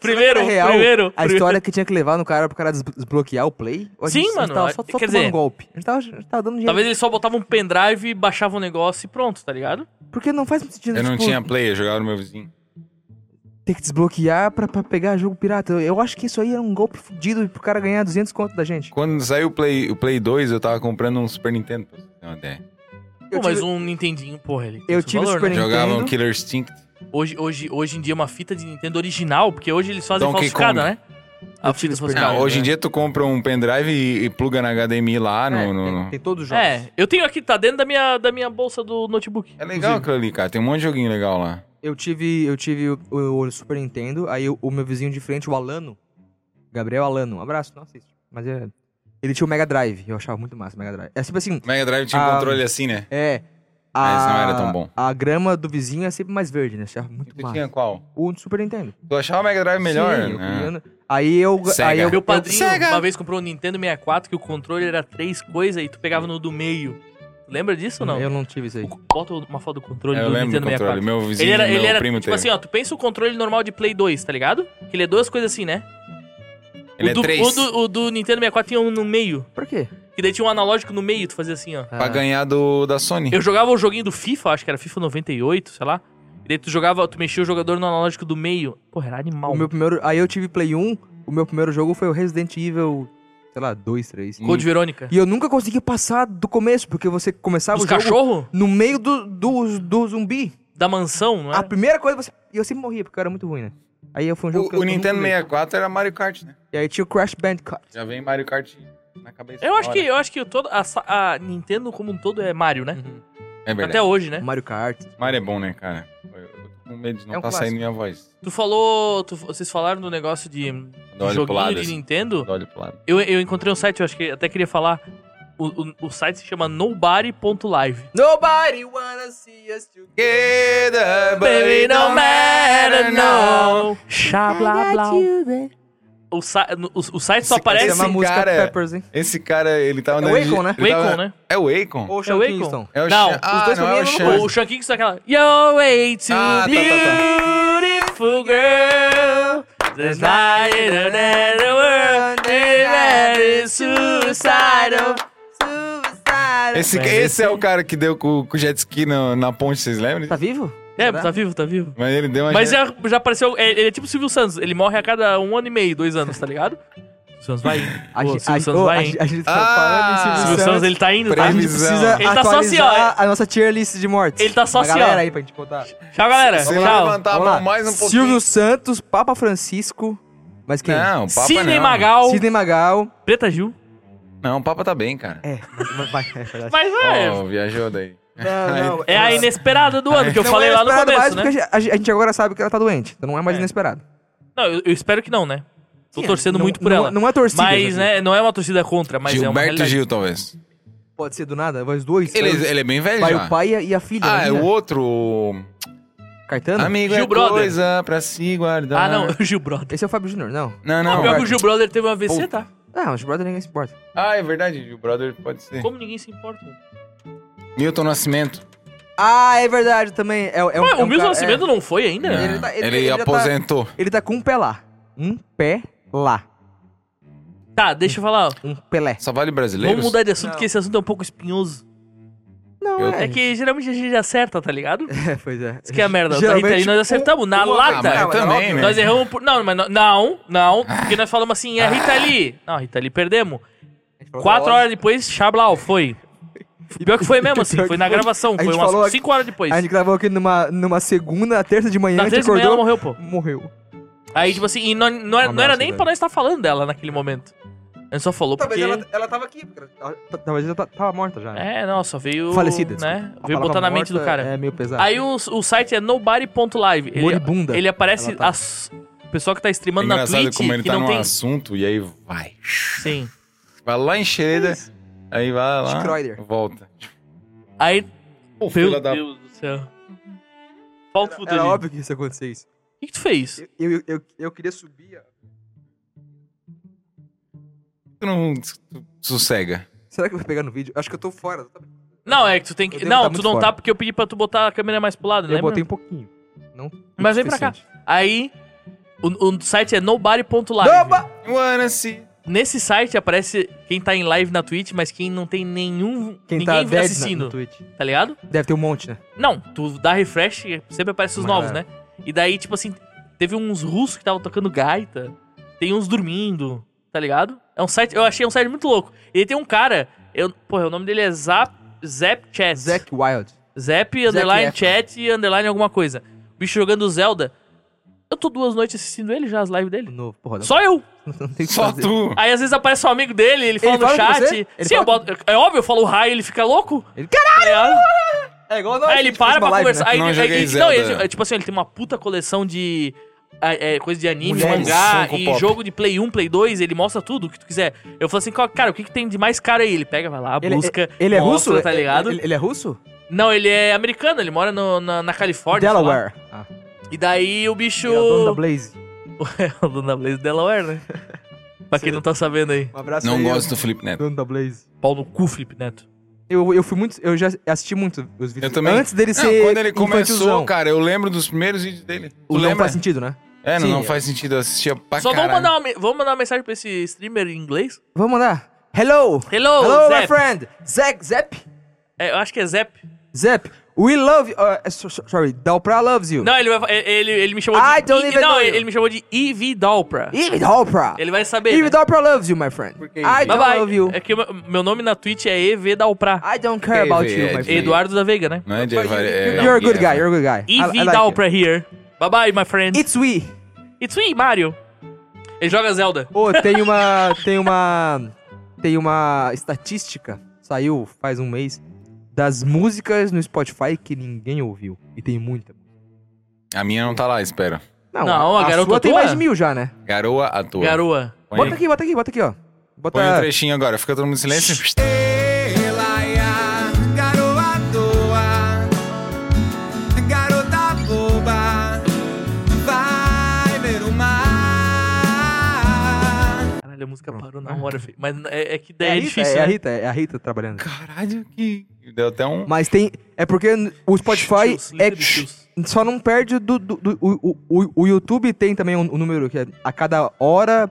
Primeiro,
Na real,
primeiro.
A
primeiro.
história que tinha que levar no cara pro cara des- desbloquear o play? ou a
Sim,
gente- A
mano, é,
gente tava só, só
quer
tomando
dizer-
golpe. A gente tava, a gente tava dando dinheiro.
Talvez ele só botava um pendrive, baixava o negócio e pronto, tá ligado?
Porque não faz muito sentido,
Eu não
tipo,
tinha play, eu jogava no meu vizinho.
ter que desbloquear pra, pra pegar jogo pirata. Eu, eu acho que isso aí era um golpe fudido pro cara ganhar 200 conto da gente.
Quando saiu o Play, o Play 2, eu tava comprando um Super Nintendo. pra vocês terem uma ideia.
Pô,
Eu
mas
tive-
um Nintendinho, porra, ele. tem
Eu
seu
tive
valor,
Super
né?
Nintendo.
Jogava um Killer Instinct.
Hoje, hoje, hoje em dia, é uma fita de Nintendo original, porque hoje eles fazem
Donkey
falsificada,
Kong.
né? A
Eu tive
fita
Super
falsificada. É.
Ah,
Nintendo.
hoje em dia tu compra um pendrive e, e pluga na HDMI lá
É,
no... no-
tem-
no-
Tem todos os jogos.
É, eu tenho aqui, tá dentro da minha, da minha bolsa do notebook.
É legal aquilo ali, cara. Tem um monte de joguinho legal lá.
Eu tive, eu tive o, o- o Super Nintendo, aí o, o meu vizinho de frente, o Alano, Gabriel Alano, um abraço, não assiste. Mas é, ele tinha o Mega Drive, eu achava muito massa o Mega Drive. É tipo assim,
Mega Drive tinha um
Ah,
controle assim, né?
é...
Ah, esse
A,
não era tão bom.
a grama do vizinho é sempre mais verde, né? Eu achava muito
Tu
massa.
tinha qual?
O do Super Nintendo.
Tu achava o Mega Drive melhor?
Sim, eu
né?
queria- Aí eu...
Sega.
Aí eu
Meu padrinho
Sega!
uma vez comprou um Nintendo 64 que o controle era três coisas e tu pegava no do meio. Lembra disso ou não?
Eu não tive isso aí.
O- Bota uma foto do controle
É, eu
do
lembro
Nintendo
do controle.
64.
Meu vizinho,
ele era,
meu
ele era
primo
tipo
teve.
assim, ó, tu pensa o controle normal de Play 2, tá ligado? Que ele é duas coisas assim, né?
Ele
o
é
do,
3.
O do, o do Nintendo 64 tinha um no meio.
Por quê?
Que daí tinha um analógico no meio, tu fazia assim,
É,
ó.
Ah.
Pra ganhar do, da Sony.
Eu jogava o joguinho do FIFA, acho que era FIFA 98, sei lá. E daí tu jogava, tu mexia o jogador no analógico do meio. Porra, era
um.
animal.
O meu primeiro... Aí eu tive Play 1, o meu primeiro jogo foi o Resident Evil, sei lá, 2, 3.
Code Verônica.
E eu nunca consegui passar do começo, porque você começava
Os
o jogo
cachorro
no meio do, do, do zumbi.
da mansão, não é?
A primeira coisa você. E eu sempre morria, porque eu era muito ruim, né? Aí eu fui um jogo que
O,
eu
o
nunca
Nintendo
joguei.
64 era Mario Kart, né?
E aí tinha o Crash Bandicoot.
Já vem Mario Kart na cabeça.
Eu acho
na
que,
hora.
eu acho que todo, a, sa- a Nintendo como um todo é Mario, né?
É verdade.
Até hoje, né?
Mario Kart.
Mario é bom, né, cara? Eu, eu tô com medo de não
É um
tá
clássico.
saindo minha voz.
Tu falou, tu- vocês falaram do negócio de
Dá olho pro
joguinho
lado.
de
assim.
Nintendo.
Dá olho pro lado.
Eu, eu encontrei um site, eu acho que até queria falar. O, o- o site se chama nobody.live.
Nobody wanna see us together.
Baby, no matter, no. Chá, blá, blá. O, sa- no- o- o site só
Essa
Esse-
é
aparece.
uma
Esse
música
cara é-
Peppers, hein?
Esse cara, ele tava
É o
andando
Akon,
de-
né?
O
ele tava-
Akon, né?
É o Akon?
Ou
É o
Sean
Akon.
Kingston.
É o
Não,
Shan-
os
Ah,
dois pra
não é
mim
o
é a mesma
Shan.
coisa.
O Sean Kingston é aquela. You're way too
Ah, tá, tá, tá.
beautiful girl. There's not in another world that is suicidal.
Suicidal.
Esse,
Mas
esse é o cara que deu com, com o jet ski na, na ponte, vocês lembram?
Tá vivo?
É, tá vivo, tá vivo.
Mas ele deu uma.
Mas já, já apareceu. é- Ele é tipo o Silvio Santos. Ele morre a cada um ano e meio, dois anos, tá ligado? O Santos vai indo.
A
Pô,
gente-
o
a-
Silvio Santos
ô,
vai
a
indo.
gente- a gente tá
Ah,
falando em
O Silvio
Silvio
Santos,
Santos.
ele tá indo, tá?
A gente
Previsão.
precisa
Ele tá só assim, ó.
atualizar a nossa tier list de mortes.
Ele tá só
Uma
assim, ó.
galera aí pra gente botar.
Tchau, galera.
Se
Tchau.
levantar a
Vamos
mão
lá.
mais um pouquinho.
Silvio Santos, Papa Francisco. Mas quem?
Não, o Papa
Sidney
não.
Magal,
Sidney Magal.
Preta Gil.
Não, o Papa tá bem, cara.
É, mas vai. é verdade.
Mas é.
Ó, viajou daí.
Não, não,
É a inesperada do ano, que eu
não
falei
é
lá no
inesperado
começo,
mais
né?
porque a gente- a gente agora sabe que ela tá doente. Então não é mais
É.
inesperado.
Não, eu, eu espero que não, né? Tô
Sim,
torcendo
não-
muito por
não-
ela.
não é torcida,
Mas,
gente.
né, não é uma torcida contra, mas é uma
Gilberto
realidade.
Gil, talvez.
Pode ser do nada, vai os dois.
Ele,
vai os-
ele é bem velho
vai
já.
o pai e a- e a filha.
ah, é
imagina.
o outro. o-
Caetano?
Amigo,
Gil
é
Brother.
coisa pra se guardar.
Ah, não, o Gil Brother.
Esse é o Fábio Júnior, não.
Não,
Não,
não.
pior que o Gil Brother teve um AVC,
Puta.
tá?
Ah, mas o brother ninguém se importa.
Ah, é verdade, Gil Brother pode ser.
Como ninguém se
É
importa.
um
Milton Nascimento.
Ah, é verdade também. É, é um,
Ué,
é um
o Milton
cara-
Nascimento não foi ainda,
Ah,
né?
Ele
Ele,
tá- ele- ele já tá-
aposentou.
é, ele tá com um pé lá. Um pé lá.
Tá, deixa eu falar. ó.
Um Pelé.
Só vale brasileiros?
Vamos mudar de assunto,
Não.
porque esse assunto é um pouco espinhoso.
Não,
Eu-
é.
É que geralmente a gente acerta, tá ligado?
É, pois é.
Isso que é a merda. O
Geralmente,
Rita aí nós acertamos na
uma-
lata.
Ah, mas
Não, é
também,
óbvio.
né?
Nós erramos por. Não, mas não, não, não, porque nós falamos assim, é a Rita Lee. Não, a Rita Lee perdemos. Quatro horas depois, Xablau, foi. Pior que foi mesmo, assim,
Pior
foi
que
na
foi.
gravação,
A
foi
gente
umas
falou-
cinco horas depois.
A gente gravou aqui numa, numa segunda, terça de manhã,
Na
a gente
terça de manhã ela
acordou.
morreu, pô.
Morreu.
Aí, tipo assim, e não, não, era,
Um
não era nem
abraço, velho. Tá,
pra nós estar falando dela naquele momento. A gente só falou porque...
ela tava aqui. Talvez ela ta- tava morta já. né?
É, não, só veio... né?
Falecida, desculpa. A
Veio
palavra
botar na mente do
morta
cara.
É meio pesado.
Aí o, o site é nobody.live. Ele,
Moribunda.
ele aparece...
Ela tá.
as- O pessoal que tá
É
streamando na
engraçado
Twitch,
como ele
que
tá
não
num
tem...
assunto e aí vai.
Sim.
Vai lá em Xereda,
é.
aí vai lá,
Schroeder.
volta.
Aí...
Pô,
Meu
filha da...
Deus do céu. Falta o
Era
futuro. O
É óbvio que isso ia acontecer isso.
que que tu fez?
Eu, eu, eu, eu queria subir. a-
Tu não tu sossega.
Será que eu vou pegar no vídeo? Acho que eu tô fora. tá?
Não, é que tu tem que...
Eu devo
Não,
tá
tu
muito
não tá
fora.
porque eu pedi pra tu botar a câmera mais pro lado,
Eu
lembra?
botei um pouquinho. Não
Mas vem pra cá.
suficiente.
Aí O, o site é nobody.live.
Doba!
Wanna see.
Nesse site aparece quem tá em live na Twitch, mas quem não tem nenhum.
Quem
ninguém
tá dead na,
assistindo.
no Twitch.
Tá ligado?
Deve ter um monte, né?
Não, tu dá refresh e sempre aparecem os
Mas- é.
novos, né? E daí, tipo assim, teve uns russos que estavam tocando gaita, tem uns dormindo, tá ligado? É um site, eu achei um site muito louco. E tem um cara, eu, porra, o nome dele é Zap, Zap Chat.
Zack Wild.
Zap, underline
Efron.
chat e underline alguma coisa. O bicho jogando Zelda. Eu tô duas noites assistindo ele já, as lives dele.
Novo, porra. Não,
Só eu.
não tem o que
Só
fazer.
tu.
Aí às vezes aparece um amigo dele, ele fala
Ele
no
fala com
chat.
você? Ele
Sim, eu
fala-
boto- é óbvio, eu falo hi, ele fica louco.
Ele-
Tá ligado?
É igual nós.
Aí ele para pra conversar.
né?
Aí,
Não,
ele-
eu joguei
aí-
Zelda.
não, ele- é, tipo assim, ele tem uma puta coleção de ah, é, coisa de anime,
Mulheres,
mangá
Funko
e
Pop.
jogo de Play 1, Play 2, ele mostra tudo o que tu quiser. Eu falo assim, cara, o que, que tem de mais caro aí? Ele pega, vai lá,
Ele,
busca.
ele, ele é
mostra,
russo?
Tá ligado?
Ele, ele é russo?
Não, ele é americano, ele mora no- na, na Califórnia. sei lá.
Delaware. Ah,
E daí o bicho.
ele é o dono da Blaze.
É o dono da Blaze Delaware, né? pra quem não tá sabendo aí.
Um abraço
Não
aí,
gosto
ó,
do Felipe Neto.
Dono da Blaze.
Pau no cu, Felipe Neto.
Eu, eu fui muito. Eu já assisti muito os vídeos.
Eu também.
Antes dele
Não,
ser.
Quando ele começou,
infantilzão.
cara, eu lembro dos primeiros vídeos dele. Tu
O não
lembra?
faz sentido, né?
É, não,
Sim.
não faz sentido. Eu assistia pra
Só vamos
caralho.
mandar, um uma, me- vamos mandar uma mensagem pra esse streamer em inglês?
Vamos mandar. Hello!
Hello,
Hello,
Zep.
my friend! Zack, Zep?
É, eu acho que é Zep.
Zep, we love you. Uh, so- so- sorry, Dalpra loves you.
Não, ele, vai, é, ele, ele me chamou
I
de.
don't even
não,
know
ele
you.
me chamou de Eve Dalpra.
Even Dalpra.
Ele vai saber.
Even
né?
Dalpra loves you, my friend.
Porque
I
ele-
Bye
don't
bye.
love you. Ah,
É que o meu, meu nome na Twitch é EV Dalpra.
I don't care about you,
é
my friend.
diferente.
Eduardo da Veiga, né?
Não é de
But you-
é-
you're a good guy, you're a good guy. I-
Eve
I like
Dalpra here. Bye bye, my friend.
it. It's we.
It's me, Mario. Ele joga Zelda.
Ô, tem uma. Tem uma. Tem uma estatística. Saiu faz um mês. Das músicas no Spotify que ninguém ouviu. E tem muita.
A minha não tá lá, espera.
Não, a garota
sua tem
tua?
mais de mil já, né?
Garoa à toa.
Garoa.
Põe,
Bota aqui, bota aqui, bota aqui, ó. Bota.
põe um trechinho agora. Fica todo mundo em silêncio.
Elaia, garoa à toa, garota boba, vai ver o mar.
Caralho, a música parou na hora, velho. Mas é, é que
É a
daí é,
Rita,
difícil.
é a
né?
Rita, é a Rita trabalhando.
Caralho, que... Deu até um...
Mas tem. É porque o Spotify
Chills,
é,
little chills.
só não perde do. do- do- o, o- o- o YouTube tem também um, um número que é a cada hora,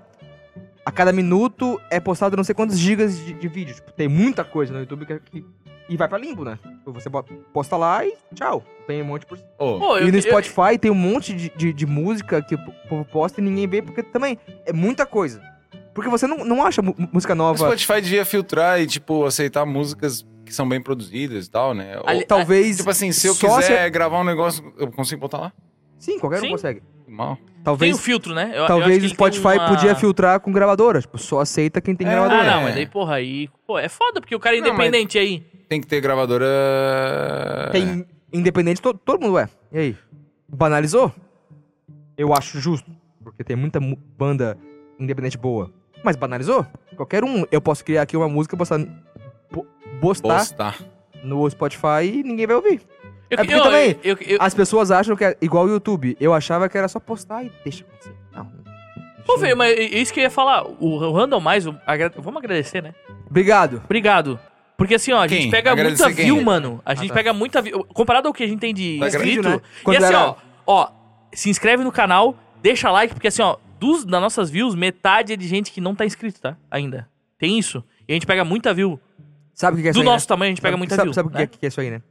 a cada minuto é postado não sei quantos gigas de, de vídeo. Tipo, tem muita coisa no YouTube que, que- e vai pra limbo, né? Tipo, Você bota- posta lá e tchau. Tem um monte por
Ô,
Pô, eu-
E
eu-
no Spotify tem um monte de, de, de música que o povo posta e ninguém vê, porque também é muita coisa. Porque você não, não acha mu- música
o
nova.
Spotify devia filtrar e, tipo, aceitar músicas que são bem produzidas e tal, né? Ou-
Ali-
Talvez.
tipo assim, se eu
só
quiser gravar um negócio, eu consigo botar lá?
Sim, qualquer
Sim.
um consegue.
Mal.
Tem o
Talvez
filtro, né? Eu- eu acho que
Talvez o
ele tem
Spotify
uma-
podia filtrar com gravadora. Tipo, só aceita quem tem
É,
Ah,
gravadora.
não, mas
É.
daí, porra, aí. Pô, é foda, porque o cara é
Não, mas-
independente aí.
Tem que ter gravadora...
Tem independente, to- todo mundo é. E aí? Banalizou? Eu acho justo. Porque tem muita mu- banda independente boa. Mas banalizou? Qualquer um. Eu posso criar aqui uma música, postar, po- postar
Postar.
no Spotify e ninguém vai ouvir.
Eu,
É porque também-
Eu, eu- eu-
As pessoas acham que é igual o YouTube. Eu achava que era só postar e deixa acontecer. Não.
Pô, velho, mas é isso que eu ia falar. O Randall Mais, o- agra- vamos agradecer, né?
Obrigado.
Obrigado. Porque assim, ó, a gente
Quem?
pega
Agradecer
muita
quem?
view, mano. A
Ah,
gente
tá.
pega muita view. Comparado ao que a gente tem de
Tá
inscrito.
grande, né?
E
Quando
assim,
era-
ó, ó, se inscreve no canal, deixa like, porque assim, ó, dos, das nossas views, metade é de gente que não tá inscrito, tá? Ainda. Tem isso. E a gente pega muita view.
Sabe o que que é isso
Do
aí, né?
nosso tamanho, a gente pega
Sabe-
muita
sabe,
view.
Sabe o que,
né?
é- que é isso aí, né?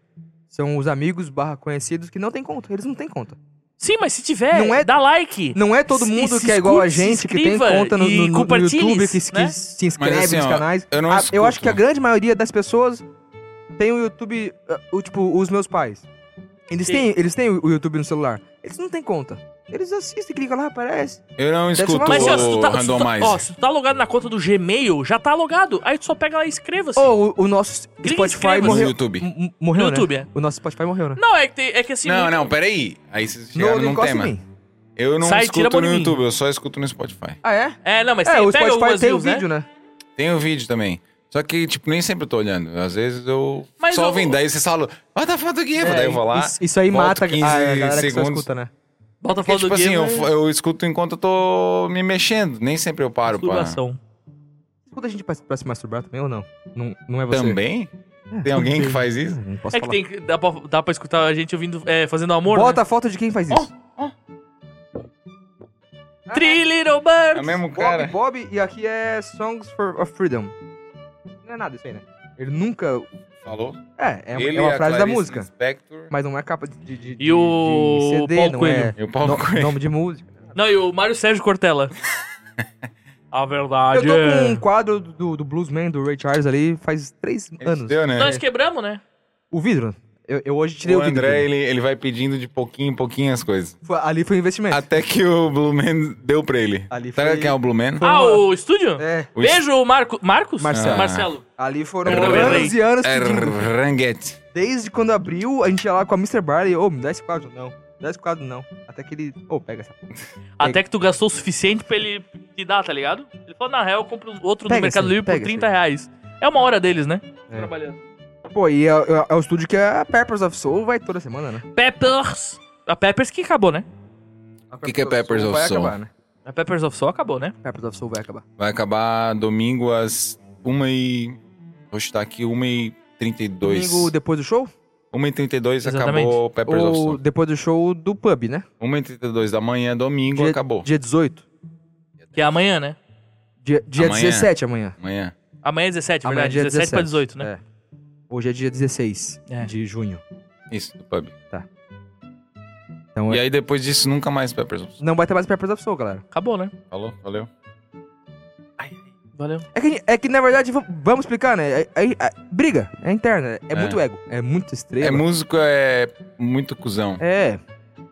São os amigos barra conhecidos que não tem conta. Eles não têm conta.
Sim, mas se tiver,
Não é-
dá like.
Não é todo
Se-
mundo
se
que é igual a
escute, se
gente, que tem
inscreva
conta no,
e
no- no- no
compartilhe,
YouTube, que, se- que
né?
se inscreve
Mas, assim,
nos
ó,
canais.
eu não
Ah,
escuto.
acho que a grande maioria das pessoas tem o YouTube, ah, o, tipo, os meus pais. Eles
Sim.
têm, eles têm o YouTube no celular. Eles não têm conta. Eles assistem, clicam lá, aparece.
Eu não
Deve ser
escuto
uma-
Mas
Ô,
assim, ó, se tu,
o
tá, se, tu tá,
Randomize.
ó, se tu tá logado na conta do Gmail, já tá logado. Aí tu só pega lá e inscreva-se.
Ou o, o nosso
Clica e
Spotify
inscreva-se.
No
morreu.
YouTube.
M- m- Morreu,
No
né?
YouTube, é.
O nosso Spotify morreu, né?
Não, é que, tem- é que assim.
Não,
muito-
não, peraí. Aí vocês
Não,
chegaram
não
num
encosta em
tema.
mim.
Eu não
Sai, tira a
escuto
mão
no
de mim.
YouTube, eu só escuto no Spotify.
Ah, é?
É, não, mas
é,
tem-
o
pega
Spotify
algumas
tem o
views, né?
vídeo, né?
Tem o vídeo também. Só que, tipo, nem sempre eu tô olhando. Às vezes eu
Mas
só
eu-
ouvindo. Daí vocês falam, bota a foto aqui.
É,
daí eu vou lá.
Isso, isso aí
volto
mata a-
15
a galera que só
segundos.
escuta, né?
Bota
Porque,
foto
tipo
do
assim,
game.
eu, eu escuto enquanto eu tô me mexendo. Nem sempre eu paro pra...
masturbação.
Escuta a gente pra, pra se masturbar também ou não? Não, não é você? É,
Também? Tem alguém que faz isso?
Não posso
É que
falar.
tem, né? que- dá, pra, dá pra escutar a gente ouvindo, é, fazendo amor.
Bota a foto de quem faz isso.
né? Three Little
É o
Birds.
mesmo
Ah, Bob,
cara.
Bob, e aqui é Songs for of Freedom. Não é nada isso aí, né? Ele nunca.
Falou.
É, é, uma-
Ele
é uma
e a
frase da
Clarice
música.
Spector.
Mas não é capa de, de, de- de-
E o
de CD,
Paulo
não
Coelho.
é
E o Paulo
no-
Coelho.
nome de música.
Não, e o Mário Sérgio Cortella. A
Eu
verdade
tô
é-
com um quadro do, do Bluesman, do Ray Charles ali, faz três
Ele
anos.
deu, né?
Nós quebramos, né?
O vidro. Eu, eu hoje tirei o,
o
vidro.
André, ele, ele vai pedindo de pouquinho em pouquinho as coisas.
Foi- ali foi um investimento.
Até que o Blue Man deu pra ele.
Ali
Sabe
foi-
quem é o Blue Man?
Ah, o estúdio?
É,
O
Beijo, Marco... Marcos? Ah.
Marcelo.
Marcelo.
ali foram
Eu também errei.
anos e anos pedindo.
Ranguete.
Desde quando abriu, a gente ia lá com a Mr. Barley, ô, me dá esse quadro. Não, me dá esse quadro não. Até que ele, ô, pega essa
Até que tu gastou o suficiente pra ele te dar, tá ligado? Ele falou, na real, eu compro um outro
Pega
no Mercado
esse aí,
Livre por
pega
30 reais. É uma hora deles, né?
É.
Trabalhando.
Pô, e é, é- é o estúdio que a Peppers of Soul vai toda semana, né?
Peppers. A Peppers que acabou, né?
O
que que é Peppers of
vai
Soul?
Acabar, né?
A Peppers of Soul acabou, né?
Peppers of Soul vai acabar.
Vai acabar domingo às 1 e... Vou chutar aqui, 1 e 32.
Domingo depois do show?
1 e 32
Exatamente.
acabou o Peppers of
Ou
Soul.
depois do show do pub, né?
1 e 32 da manhã, domingo,
Dia-
acabou.
Dia 18.
Que é amanhã, né?
Dia, dia
Amanhã.
17 amanhã.
Amanhã.
Amanhã é 17,
Amanhã é
verdade.
dia
17 pra
17,
18, né?
É. Hoje é dia 16
É.
de junho.
Isso, do pub.
Então
E
é-
aí depois disso, nunca mais Peppers of Soul.
não vai ter mais Peppers of Soul, galera.
Acabou, né?
Falou? Valeu.
Valeu.
É que, é que na verdade, va- vamos explicar, né? É, é- é- briga, é interna, é,
É.
muito ego, é muito estrela.
É músico, é muito cuzão.
É.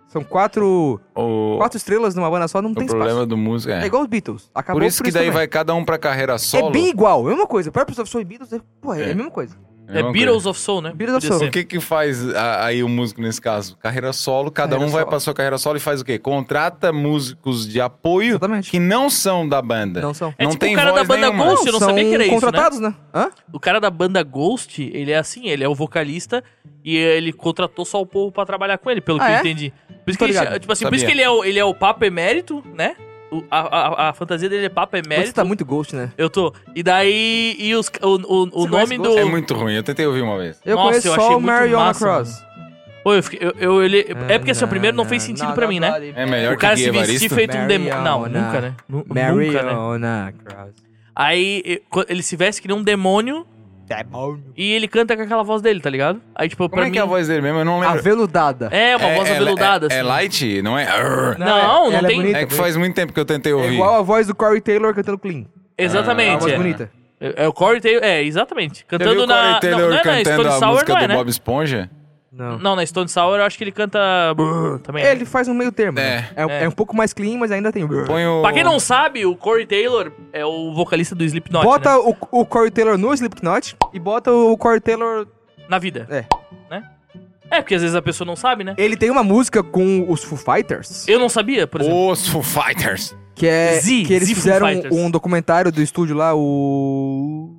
São quatro,
O,
quatro estrelas numa banda só, É, não
o
tem
problema
espaço.
do músico é...
É igual os Beatles. Acabou
Por isso que daí
também.
vai cada um pra carreira solo.
É bem igual, é a mesma coisa. Purpose of Soul e Beatles é, pô, é,
É.
a mesma coisa.
É,
mesma
Beatles of Soul, né?
Beatles of
Podia
Soul.
ser.
O que que faz a- aí o músico nesse caso? Carreira solo, cada
Carreira
um vai
solo.
pra sua carreira solo e faz o quê? Contrata músicos de apoio
Exatamente.
que não são da banda.
Não são.
É
Não
tipo
tem
o cara da
voz
banda
nenhuma.
Ghost, eu não
são
sabia que era isso, né?
contratados, né? Hã?
O cara da banda Ghost, ele é assim, ele é o vocalista e ele contratou só o povo pra trabalhar com ele, pelo
Ah,
que eu
é?
entendi. Por isso que,
Tô
ele,
ligado.
cha- tipo assim, por isso
Sabia.
que ele é o, ele é o Papa Emérito, né? O- a, a- a fantasia dele é Papa
Você
Emérito.
tá muito ghost, né?
Eu tô. E daí. E os, ca- o, o, o
Você
nome
conhece Ghost?
do.
É muito ruim, eu tentei ouvir uma vez.
Eu
Nossa,
conheço
eu achei
só o
muito
Mariona
massa,
Cross.
Pô, eu fiquei- eu- eu olhei- é porque assim, o primeiro não fez sentido pra mim, né?
É melhor
O cara
que
se
Gui
vestir
Evaristo?
feito um demônio.
Mariana.
Não, nunca, né? Nu- Nunca, né?
Mariona Cross.
Aí e- co- ele se veste que nem um demônio
Demônio.
e ele canta com aquela voz dele, tá ligado? Aí, tipo,
Como
pra
é
mim.
que é a voz dele mesmo? Eu não lembro.
Aveludada.
É, uma voz aveludada,
é, é
assim.
light? Não é? Arr.
Não,
ela
não
é
tem-
bonita,
É que faz muito tempo que eu tentei
É
ouvir.
igual a voz do Corey Taylor cantando Clean. É uma
Exatamente.
voz
é.
bonita.
É, é o Corey Taylor, é, exatamente.
Já viu
Cantando
o Corey
na.
Taylor
não, não é na
cantando
Stone
a
Sour,
música
não é,
do
né?
Bob Esponja?
Não.
Não, na Stone Sour eu acho que ele canta. brrr, também. né?
Ele faz um meio termo.
É.
né? É, um- é um pouco mais clean, mas ainda tem.
um
Põe o...
Pra quem não sabe, o Corey Taylor é o vocalista do Slipknot.
Bota
né?
o, o Corey Taylor no Slipknot e bota o Corey Taylor.
Na vida.
É.
Né? É, porque às vezes a pessoa não sabe, né?
Ele tem uma música com os Foo Fighters
Eu não sabia, por exemplo.
Os Foo Fighters.
que é
Z,
que eles
Z Foo
fizeram
Fighters.
um documentário do estúdio lá, o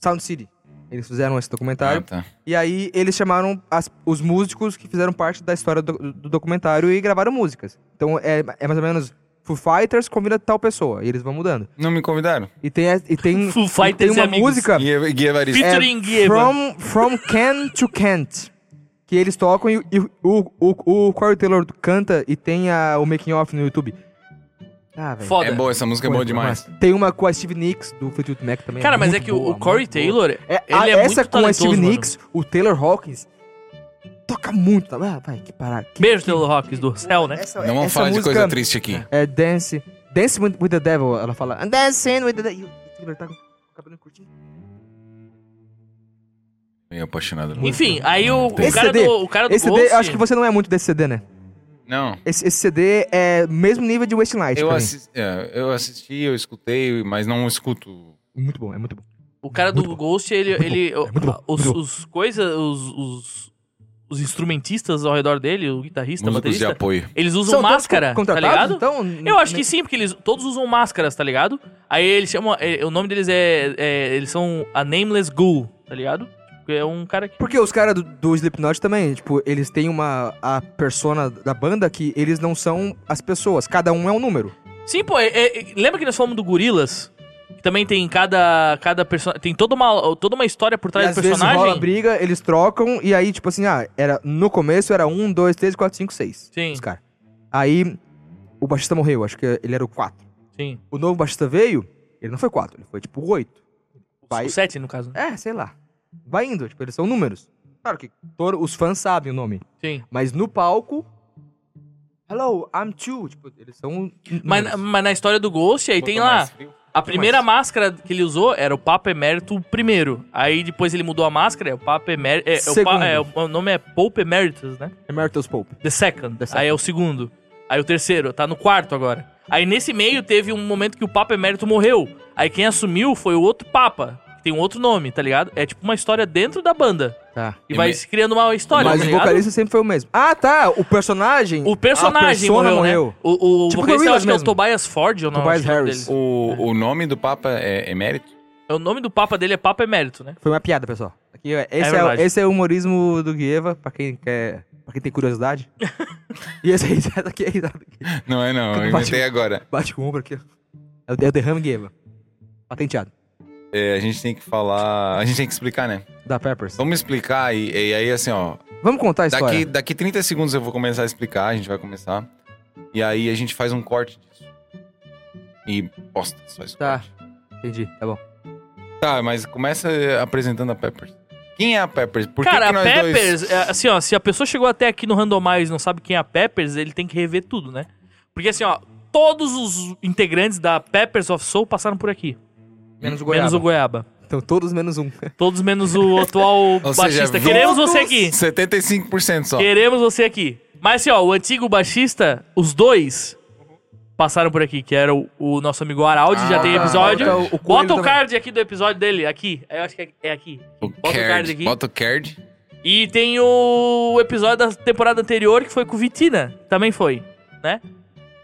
Sound City. Eles fizeram esse documentário
Ah, tá.
e aí eles chamaram as- os músicos que fizeram parte da história do, do documentário e gravaram músicas. Então é, é mais ou menos Foo Fighters convida tal pessoa e eles vão mudando.
Não me convidaram.
E tem a- e tem
Foo
e tem
Fighters e
uma
amigos.
música
Gui, Gui Evaristo.
Peter-
Tá. É,
Featuring Gueva.
From, from Can to Can't. Que eles tocam e, e o, o, o Corey Taylor canta e tem a- o making off no YouTube. Ah, velho.
Foda.
É boa, essa música é boa demais.
Tem uma com a Steve Nicks do Fleetwood Mac também.
Cara, mas é
muito
que o-
boa,
o Corey
muito boa.
Taylor,
É,
ele
a-
é muito
essa com a
talentoso,
Steve
mano.
Nicks, o Taylor Hawkins, toca muito. Tá? Ah, vai, que parada. Que,
Beijo, Taylor Hawkins, do céu, né?
essa, é
Não vamos
essa
falar de
música
coisa triste aqui.
É Dance. Dance with, with the Devil, ela fala. I'm dancing with the Devil. E o Taylor tá com o cabelo curtinho.
Meio apaixonado. não.
Enfim, aí o, o
Esse
cara
CD,
do. O cara Tá do
Esse CD,
Ghost-
acho que você não é muito desse CD, né?
Não.
Esse, esse CD é mesmo nível de Westlife.
Eu,
pra mim.
assis- é, eu assisti, eu escutei, mas não escuto.
Muito bom, é muito bom.
O cara do
Muito bom.
Ghost, ele.
Muito
ele
bom. É muito bom.
os
Muito bom.
os coisas. Os, os, os instrumentistas ao redor dele, o guitarrista, o
músicos de
baterista,
apoio.
eles usam
São todos
máscara,
co-
tá ligado?
contratados, Então,
Eu acho que sim, porque eles todos usam máscaras, tá ligado? Aí eles chamam. é, o nome deles é, é- Eles são a Nameless Ghoul, tá ligado? É um cara que.
Porque os caras do, do Slipknot também, tipo, eles têm uma a persona da banda que eles não são as pessoas, cada um é um número.
Sim, pô, é- é- é- lembra que nós falamos do Gorilas? Que também tem cada. cada personagem. Tem toda uma, toda uma história por
E
trás
às
do
vezes
personagem.
rola briga, eles trocam e aí tipo assim, ah, era no começo era um, dois, três, quatro, cinco, seis.
Sim.
Os cara. Aí o baixista morreu, acho que ele era o 4.
Sim.
O novo baixista veio, ele não foi 4, ele foi tipo 8. Vai,
O 7, no caso. né?
é, sei lá. Vai indo, tipo, eles são números. Claro que todo- os fãs sabem o nome,
Sim.
mas no palco. Hello, I'm two. Tipo, eles são.
Mas, na-
números.
mas na história do Ghost, aí tem lá. A primeira máscara que ele usou era o Papa Emérito primeiro. Aí depois ele mudou a máscara, é o Papa Emérito. É, é o,
Segundo.
pa, é, o nome é Pope Emeritus, né?
Emeritus Pope.
The second.
The
Aí é o segundo. Aí o terceiro, tá no quarto agora. Aí nesse meio teve um momento que o Papa Emérito morreu. Aí quem assumiu foi o outro Papa, que tem um outro nome, tá ligado? É tipo uma história dentro da banda.
Tá.
E
E
vai
me-
se criando uma história,
mas
tá
o
ligado?
vocalista sempre foi o mesmo. Ah, tá. O personagem.
O
a
personagem
persona
morreu, né? O, o vocalista
Tipo
eu
Gorillaz
acho que é o
mesmo.
Tobias Ford, ou não?
Tobias
acho que é o nome
Harris.
dele.
O, o nome do Papa é emérito?
O nome do Papa dele é Papa Emérito, né?
Foi uma piada, pessoal. Aqui, é- esse, é, o-
verdade.
esse é o humorismo do Guieva, pra quem quer. Pra quem tem curiosidade. e esse risada aqui é risada que
Não é não, eu
Bate-
inventei agora.
Bate com o ombro aqui. ó. É o, é o derrame Guieva. Patenteado.
É, a gente tem que falar... A gente tem que explicar, né?
Da Peppers.
Vamos explicar e, e aí, assim, ó...
Vamos contar É a história.
Daqui, daqui 30 segundos eu vou começar a explicar, a gente vai começar. E aí a gente faz um corte disso. E posta, só isso.
Tá. Entendi, tá bom.
Tá, mas começa eh, apresentando a Peppers. Quem é a Peppers? Por que
Cara,
que nós
a Peppers,
dois...
é, assim, ó, se a pessoa chegou até aqui no Randomize e não sabe quem é a Peppers, ele tem que rever tudo, né? Porque assim, ó, todos os integrantes da Peppers of Soul passaram por aqui.
Menos o
Menos o Goiaba.
Então todos menos um.
Todos menos o atual
Ou
baixista.
seja,
Queremos
todos
você aqui.
75% só.
Queremos você aqui. Mas assim, ó, o antigo baixista, os dois passaram por aqui, que era o, o nosso amigo Araldi, já
Ah,
tem episódio.
bota o- o coelho
Bota o
também.
card aqui do episódio dele, aqui. Eu acho que é- é aqui.
O
Bota o
Card.
card aqui.
Bota o Card.
E tem o episódio da temporada anterior que foi com Vitina. Também foi, né?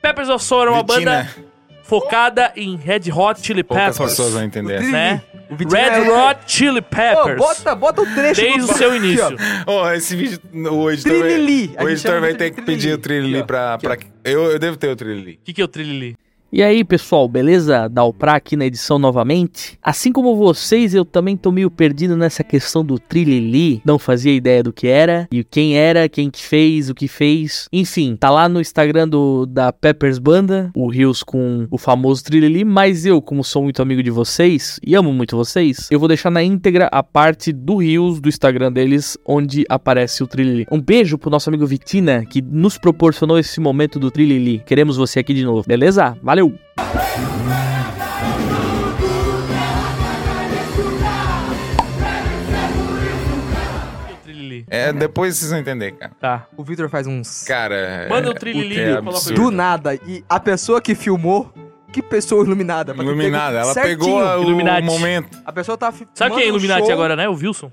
Peppers of Soul era uma
Vitina.
banda focada em Red Hot Chili
Poucas
Peppers.
pessoas vão entender.
Né?
O Vitinho
Red
é-
Hot Chili
Ô,
Peppers.
bota, bota o trecho
Desde
do-
o seu
aqui,
início.
ó.
Ó, esse vídeo, o editor, vai-
Trilili. A
o
gente
editor
chama
vai
de
ter que
trilili.
pedir o
Aqui,
Trilili
ó.
pra... pra... Eu, eu devo ter o Trilili.
O que, que é o Trilili?
E aí, pessoal, beleza? Dalprá aqui na edição novamente. Assim como vocês, eu também tô meio perdido nessa questão do Trilili. Não fazia ideia do que era, e quem era, quem que fez, o que fez. Enfim, tá lá no Instagram do, da Peppers Banda, o Rios com o famoso Trilili, mas eu, como sou muito amigo de vocês e amo muito vocês, eu vou deixar na íntegra a parte do Rios, do Instagram deles, onde aparece o Trilili. Um beijo pro nosso amigo Vitina, que nos proporcionou esse momento do Trilili. Queremos você aqui de novo, beleza? Valeu!
O que é o Trilili?
É, depois vocês vão entender, cara.
Tá.
O Victor faz uns.
Cara...
Manda
é-
o Trilili.
é
coloca
absurdo.
Do nada. E a pessoa que filmou. Que pessoa iluminada. pra ter pego
Iluminada. Ela
certinho.
pegou a- o
Illuminati.
momento.
A pessoa tá. fi-
Sabe quem é
filmando um
Illuminati
show.
agora, né? O Wilson.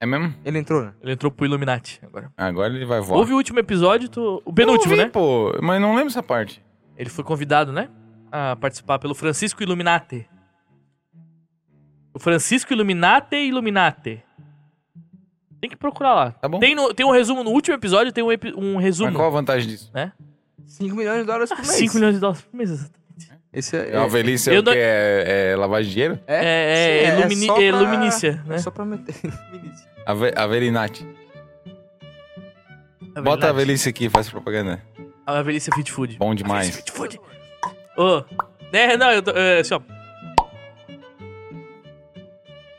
É mesmo?
Ele entrou, né?
Ele entrou pro Illuminati agora.
Agora ele vai voar.
Houve o último episódio, tu- o penúltimo,
Eu ouvi,
né?
pô, mas não lembro essa parte.
Ele foi convidado, né? A participar pelo Francisco Illuminati. O Francisco Illuminati Illuminati. Tem que procurar lá.
Tá bom.
Tem, no- tem um resumo no último episódio, tem um, epi- um
Mas qual é
resumo.
a vantagem disso?
5 milhões de dólares por mês.
5 Ah, milhões de dólares por mês.
Esse é.
É a velhice é
Eu
o
não-
que? É, é lavagem de dinheiro?
É, é, é, ilumini-
só
é
pra-
iluminícia, né?
É só pra meter. iluminícia.
A, ve a velinate.
A
É? Bota a
velhice.
velhice aqui, faz propaganda.
A velhice é fit food.
Bom
A velhice é
demais.
fit food. Ô, né, não, eu tô, é, assim, ó.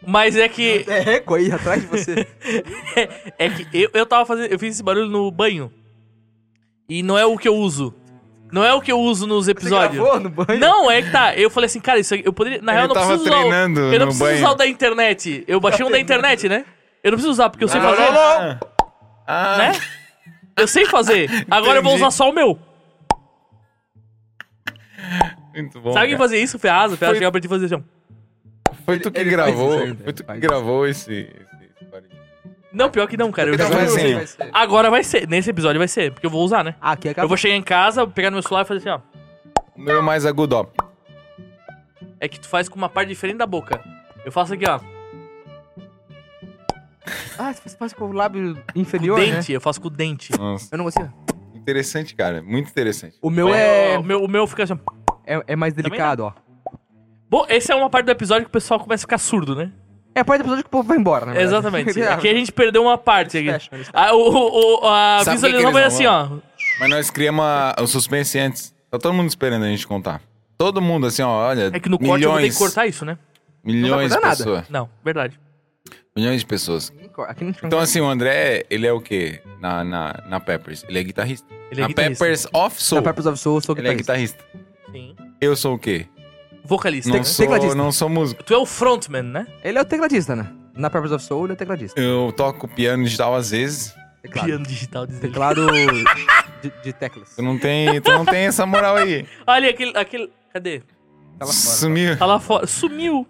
Mas é que...
É eco aí atrás de você.
É que eu, eu tava fazendo. Eu fiz esse barulho no banho. E não é o que eu uso. Não é o que eu uso nos
Você
episódios.
gravou no banho?
Não, é que tá. Eu falei assim, cara, isso aqui, eu poderia. Na
Ele
real, eu não
tava
preciso usar. o-
treinando
eu não
no
preciso
banho.
usar o da internet. Eu baixei um da internet, né? Eu não preciso usar, porque eu sei fazer.
Ah, ah,
Né? Eu sei fazer. Agora eu vou
Entendi.
usar só o meu.
muito bom.
Sabe quem
cara.
fazia isso? Foi a Asa. Foi a
Foi-
Asa chegava pra te fazer assim. ó.
Foi tu que
Ele faz
gravou.
isso ainda,
Foi tu que
faz.
gravou esse. esse- esse barulho.
Não, pior que não, cara. Eu já
Não,
falei.
mas-
Gravou,
assim,
vai ser.
Agora vai ser. Nesse episódio vai ser, porque eu vou usar, né?
Ah, Aqui
Eu
acabou.
vou chegar em casa, pegar no meu celular e fazer assim, ó.
O meu é mais agudo, ó.
É que tu faz com uma parte diferente da boca. Eu faço aqui, ó.
Ah, você faz com o lábio
Com
inferior,
o
né?
dente. Eu faço com o dente.
Nossa.
Eu não gostei.
Interessante, cara. Muito interessante.
O meu
Mas
é,
o, meu, o meu fica assim. ó.
é, é mais delicado, ó.
Bom, essa é uma parte do episódio que o pessoal começa a ficar surdo, né?
É a parte do episódio que o povo vai embora, né?
Exatamente. Aqui é a gente perdeu uma parte. Aqui.
Eles fecham, eles
A, o, o- a
Sabe o que
visualização
que eles
foi
não
assim, ó.
Mas nós criamos a- o suspense antes. Tá todo mundo esperando a gente contar. Todo mundo, assim, ó, olha.
É que no corte
milhões,
eu vou ter que cortar isso, né?
Milhões de
cortar nada.
pessoas.
Não, verdade.
Milhões de pessoas.
Aqui não tinha
Então, assim, o André, ele é o quê? Na, na, na Peppers. Ele é guitarrista.
Ele é
na
guitarrista.
Peppers Off Soul.
Na Purpose of Soul, eu sou
ele é
guitarrista.
guitarrista.
Sim.
Eu sou o quê?
Vocalista,
Não
né?
sou,
tecladista.
não sou músico.
Tu é o frontman, né?
Ele é o tecladista, né? Na Purpose of Soul, ele é o tecladista.
Eu toco piano digital às vezes.
Teclado.
Piano digital diz ele.
Teclado de, de teclas.
Tu não tem, tu não tem essa moral aí.
Olha aquele, aquele... Cadê?
Tá lá fora.
Sumiu.
Tá lá fora. Sumiu.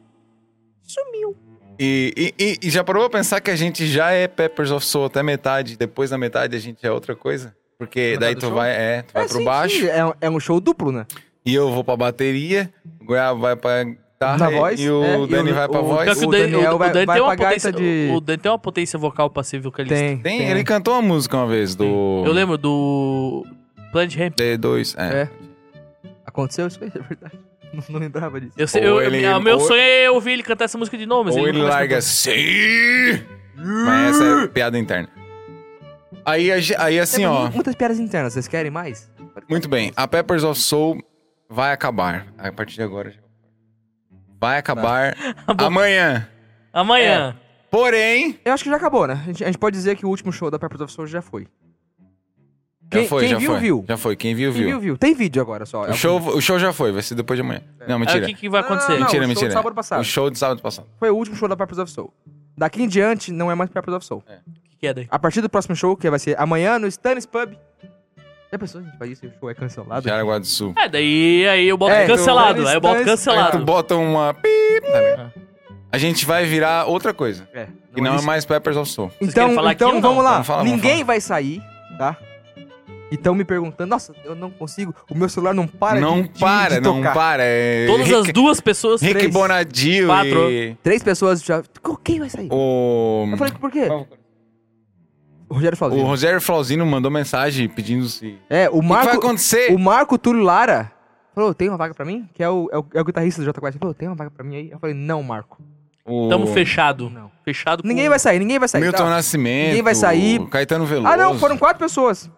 E, e- e- e já parou pra pensar que a gente já é Peppers of Soul até metade, depois da metade a gente é outra coisa? Porque
Metade
daí
do
tu
show?
vai, é, tu vai
É,
pro
sim,
baixo
sim, É, um- é um show duplo, né?
e eu vou pra bateria, o Goiaba vai pra guitarra
Na
e-
voz,
e o
é, e
Dani
o-
vai pra
o-
voz.
Pior que
o Daniel vai- vai
tem uma
pra
potência,
gaita de-
o- o Dani tem uma potência vocal pra ser vocalista.
Tem.
Tem, ele cantou uma música uma vez do
Eu lembro do Planet Ramp.
D2, é.
É. Aconteceu isso aí, é verdade. Não, não lembrava disso.
Eu sei,
Ou
eu-
ele-
ah, meu
ou-
sonho é ouvir ele cantar essa música de novo, mas
Ou
ele,
ele
nunca mais
larga
cantou.
assim. Mas essa é piada interna. Aí, a ge- aí assim,
Tem
ó.
Muitas piadas internas, vocês querem mais?
Muito bem, a Peppers of Soul vai acabar. A partir de agora. já- Vai acabar amanhã. É,
Amanhã.
Porém,
Eu acho que já acabou, né? A gente, a gente pode dizer que o último show da Purpose of Soul já foi.
já foi,
quem
já
viu,
foi.
viu.
Já foi, quem viu,
Quem
viu.
viu, viu. É. Tem vídeo agora só.
O, show, o show já foi, vai ser depois de amanhã. Não,
Aí
mentira.
o que, que vai acontecer?
Ah, Não, não,
mentira,
o show
mentira.
de sábado passado.
O show de sábado passado.
Foi o último show da Purpose of Soul. Daqui em diante, não é mais Purpose of Soul.
O que, que é daí?
A partir do próximo show, que vai ser amanhã no Stannis Pub. Já pensou, a gente faz isso e o show é cancelado?
Jaraguá do Sul.
É, daí aí eu boto
É,
cancelado.
então,
Aí eu boto
eles-
Aí tu
cancelado.
bota uma. pi, tá ligado? A gente vai virar outra coisa.
É,
Que não é
isso.
mais Peppers of Soul.
querem
Então,
falar aqui
então
ou não?
vamos lá.
Vamos falar, vamos
Ninguém
falar.
vai sair, tá? E estão me perguntando, nossa, eu não consigo, o meu celular não para
não
de, de-
para,
de
não
tocar.
para. É
Todas
Rick,
as duas pessoas.
Rick
três.
Bonadio
Quatro.
e
Três pessoas já. Quem vai sair?
o.
Eu falei, por quê? O Rogério
O
Flauzino.
Rogério Flauzino mandou mensagem pedindo se.
É, o
O que vai
Marco.
acontecer?
o Marco Túlio Lara falou, tem uma vaga pra mim? Que é o, é o, é o guitarrista do J4. Ele falou, tem uma vaga pra mim aí? Eu falei, não, Marco.
O...
Tamo fechado.
Não.
Fechado com-
Ninguém vai sair, ninguém vai sair.
Milton é
tá?
Nascimento.
Ninguém vai sair.
Caetano Veloso.
Ah, não, foram quatro pessoas.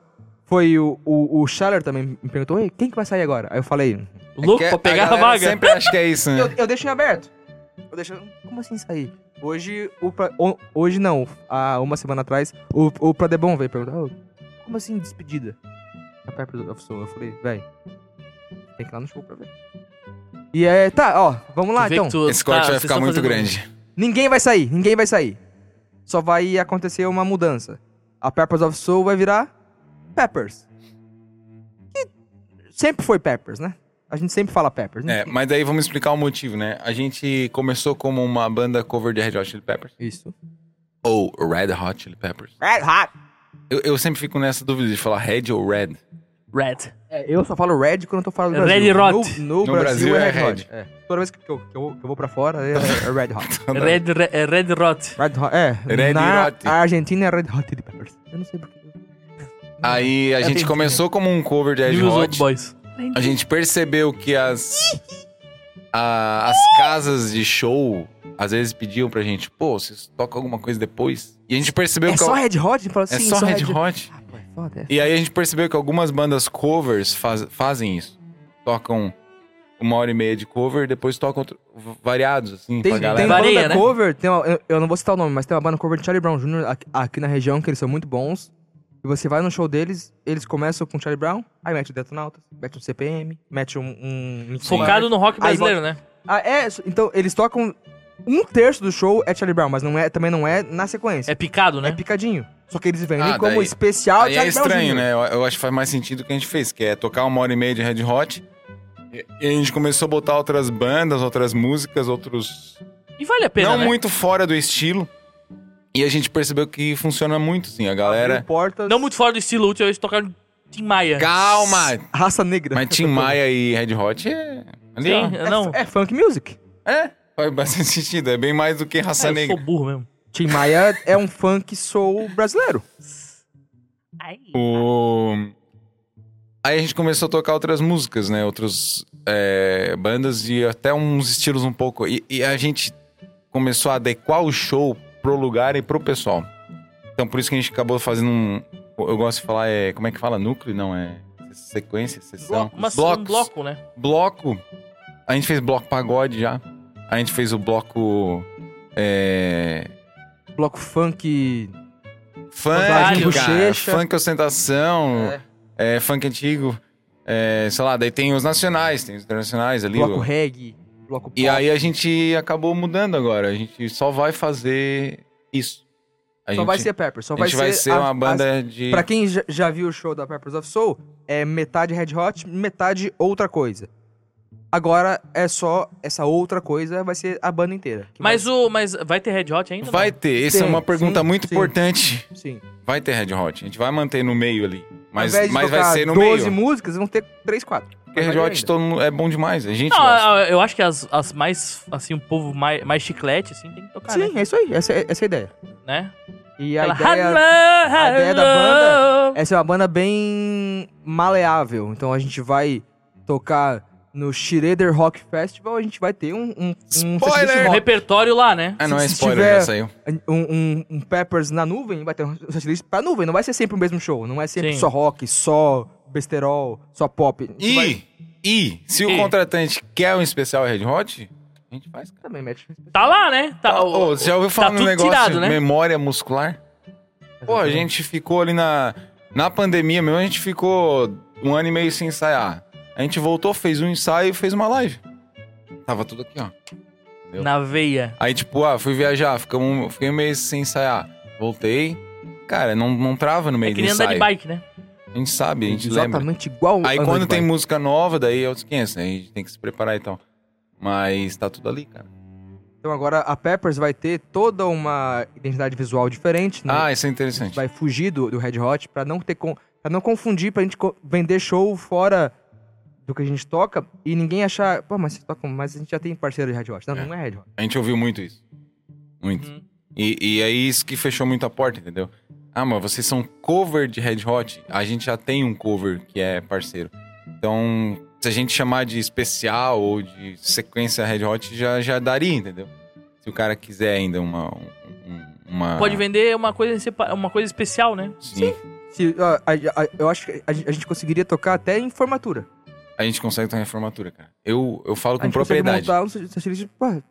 Foi o, o, o Schaller também me perguntou, ei, quem que vai sair agora? Aí eu falei,
Louco
É que
pra pegar a,
galera
vaga.
sempre acho que é isso,
eu,
né?
eu deixei aberto. Eu deixei, como assim sair? Hoje, o pra- o- hoje não, há uma semana atrás, o, o Pradebon veio perguntar, "Ô, como assim despedida? Tá A Purpose of Soul. Eu falei, véi, tem que ir lá no show pra ver. E é, tá, ó, vamos lá
Tu vê
então.
que tu
Esse corte
tá-
vai
vocês
ficar
tão
muito
fazendo-
grande.
Ninguém vai sair, ninguém vai sair. Só vai acontecer uma mudança. A Peppers of Soul vai virar Peppers. Que sempre foi Peppers, né? A gente sempre fala Peppers, né?
É, mas daí vamos explicar o motivo, né? A gente começou como uma banda cover de Red Hot Chili Peppers.
É.
Isso.
Ou Red Hot Chili Peppers.
Red Hot.
Eu, eu sempre fico nessa dúvida de falar Red ou Red.
Red.
É, eu só falo Red quando eu tô falando do
Red
Brasil.
Hot.
No, no
No
Brasil,
Brasil
é
é
Red Hot. É. Toda vez que eu, que eu, que eu vou pra fora é, é Red Hot.
Red, Re- é Red Rot.
Red Hot, é.
Red
na
Hot.
Argentina é Red Hot Chili Peppers. Eu não sei porquê.
Aí a
É
gente
bem-
começou como um cover de Red
E os Old
Hot.
Boys.
A gente percebeu que as a- as casas de show às vezes pediam pra gente, pô, vocês tocam alguma coisa depois? E a gente percebeu
É
que
só Red Hot? Fala,
é
sim,
só Red Hot.
Ah, pô, é foda, é.
E aí a gente percebeu que algumas bandas covers faz- fazem isso. Tocam uma hora e meia de cover, depois tocam outro- v- variados assim
Tem,
pra
tem
galera.
uma
Varia,
banda
né?
cover, tem uma- eu, eu não vou citar o nome, mas tem uma banda cover de Charlie Brown Jr. aqui, aqui na região, que eles são muito bons. E você vai no show deles, eles começam com Charlie Brown, aí mete o Detonautas, mete um CPM, mete um... um
Focado no rock
Aí
brasileiro, né?
Ah, é, então eles tocam... Um terço do show é Charlie Brown, mas não é, também não é na sequência.
É picado, né?
É picadinho. Só que eles vendem
Ah,
como
daí-
especial
Aí é
Charlie Brown
estranho,
Jr.
né? Eu, eu acho que faz mais sentido o que a gente fez, que é tocar uma hora e meia de Red Hot. E e a gente começou a botar outras bandas, outras músicas, outros
E vale a pena,
não
né?
muito fora do estilo. E a gente percebeu que funciona muito, sim. A
Abriu
galera.
Portas,
Não muito fora do estilo útil, eles tocaram Tim Maia.
Calma!
Raça negra.
Mas Tim Maia e Red Hot é. Ali,
Sim,
ó.
eu não.
É, é funk music.
É, faz bastante sentido. É bem mais do que raça
Ah, eu sou
negra.
burro mesmo.
Tim Maia é um funk soul brasileiro.
O- Aí a gente começou a tocar outras músicas, né? Outras é, bandas e até uns estilos um pouco. E, e a gente começou a adequar o show pro lugar e pro pessoal. Então por isso que a gente acabou fazendo um. Eu gosto de falar, é. Como é que fala? Núcleo? Não, é. sequência,
Então,
sessão.
Mas um
Blocos.
bloco, né?
Bloco. A gente fez bloco pagode já. A gente fez o bloco. É.
Bloco funk.
Fantástico.
Funk, cara.
Bochecha.
Funk ostentação.
é,
É. funk antigo. É, sei lá, daí tem os nacionais, tem os internacionais ali.
bloco
o-
reggae. Bloco pop.
E aí a gente acabou mudando agora. A gente só vai fazer isso. A
só
gente,
vai ser Pepper. Só
a gente vai ser
a-
uma
as-
banda de.
Pra quem tá já, já viu o show da Peppers of Soul, é metade Red Hot, metade outra coisa. Agora é só essa outra coisa, vai ser a banda inteira. Que
Mas o. Mas vai ter Red Hot ainda?
Vai ter. Essa é
Tem,
uma
né?
pergunta
sim,
muito
sim.
importante.
vai- Sim.
Vai ter Red Hot. A gente vai manter no meio ali. Mas,
Ao invés de
mas vai
tocar
ser no
12
meio.
músicas, vão ter 3, 4.
Porque Red Hot todo mundo- é bom demais. A gente
Não,
gosta.
eu- eu acho que as, as mais. Assim, o povo mais, mais chiclete, assim, tem que tocar,
Sim, é isso aí. Essa, é- essa é a ideia.
né?
E a
Ela,
ideia...
"Hello,
a ideia da
hello".
Essa é uma banda bem maleável. Então a gente vai tocar no Shredder Rock Festival, a gente vai ter um... um, um
Spoiler!
setlist
Um
rock.
repertório lá, né?
Ah, não,
se-
é
se
spoiler,
tiver-
já saiu.
um, um- um Peppers na nuvem, vai ter um setlist pra nuvem. Não vai ser sempre o mesmo show. Não é sempre
Sim.
só rock, só besterol, só pop. A gente
E,
vai-
e, se
E.
o contratante quer um especial Red Hot, a gente faz. cara.
Também mete.
Tá lá, né? Tá,
Ah, ô, você já ouviu falar no
tudo
negócio
tirado, né?
memória muscular? Pô, a gente ficou ali na, na pandemia mesmo, a gente ficou um ano e meio sem ensaiar. A gente voltou, fez um ensaio e fez uma live. Tava tudo aqui, ó.
na veia.
Aí, tipo, ah, fui viajar, ficamos, um- fiquei um mês sem ensaiar. Voltei. Cara, não, não trava no meio
É
do
que nem andar de
ensaio.
bike, né?
A gente sabe, a gente lembra.
Exatamente igual
Aí
Android
quando tem
Bike.
música nova, daí é os 500, né? A gente tem que se preparar e tal. Mas tá tudo ali, cara.
Então agora a Peppers vai ter toda uma identidade visual diferente. Né?
Ah, isso é interessante.
Vai fugir do, do Red Hot pra não ter. Con... Pra não confundir, pra gente co- vender show fora do que a gente toca e ninguém achar. Pô, mas vocês tocam, mas a gente já tem parceiro de Red Hot. Não,
É.
não é Red Hot.
A gente ouviu muito isso. Muito.
Uhum.
E, e é isso que fechou muito a porta, entendeu? Ah, mas vocês são cover de Red Hot. A gente já tem um cover que é parceiro. Então, se a gente chamar de especial ou de sequência Red Hot, já, já daria, entendeu? Se o cara quiser ainda uma... um-
Ah.
uma
Pode vender uma coisa, em separ- uma coisa especial, né?
Sim.
Se, ó, a- a- eu acho que a, gente- a gente conseguiria tocar até em formatura.
A gente consegue ter uma reformatura, cara. Eu, eu falo
a
com
gente consegue
propriedade.
montar um setlist, pô,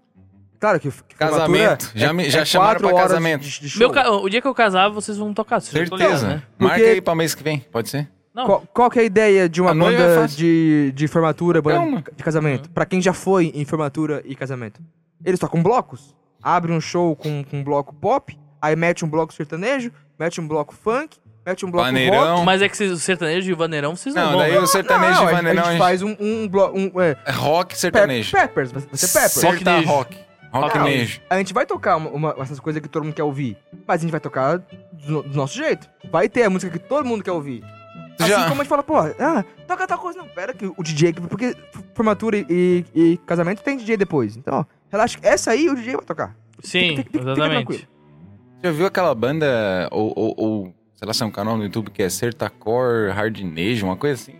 claro que, que
Casamento.
formatura é
Já me- já chamaram
quatro
pra
horas
casamento.
de- de show.
Meu ca- O dia que eu casar, vocês vão tocar. vocês já estão ligados,
Certeza.
né?
Marca
Porque-
aí pra mês que vem, pode ser?
Não,
Qual, qual que é a ideia de uma
A noiva é
banda
fácil.
de, de formatura, banda
Calma.
de casamento? Pra quem já foi em formatura e casamento. Eles tocam blocos. Abre um show com, com um bloco pop, aí mete um bloco sertanejo, mete um bloco funk, mete um bloco rock.
Paneirão.
mas é que vocês, o sertanejo e o vaneirão, vocês não,
Não,
vão.
daí
né?
o
Não,
sertanejo
a
e
gente-
vaneirão
a gente faz um, um bloco... Um, é,
é rock
pe-
sertanejo.
peppers, vai ser peppers.
Rock tá
Sertanejo.
rock. Rock
Não,
nejo.
A gente vai tocar uma, uma- essas coisas que todo mundo quer ouvir, mas a gente vai tocar do, no- do nosso jeito. Vai ter a música que todo mundo quer ouvir.
Tu
Assim
já-
como a gente fala, pô, ah, toca tal coisa. Não, pera que o DJ... que- Porque f- formatura e, e- e casamento tem DJ depois. Então, ó, relaxa. que Essa aí o DJ vai tocar.
Sim,
Fica- fica- fica
exatamente.
tranquilo.
Já viu aquela banda, ou, ou, ou, sei lá, se é um canal no YouTube que é Sertacor, Hardnejo, uma coisa assim?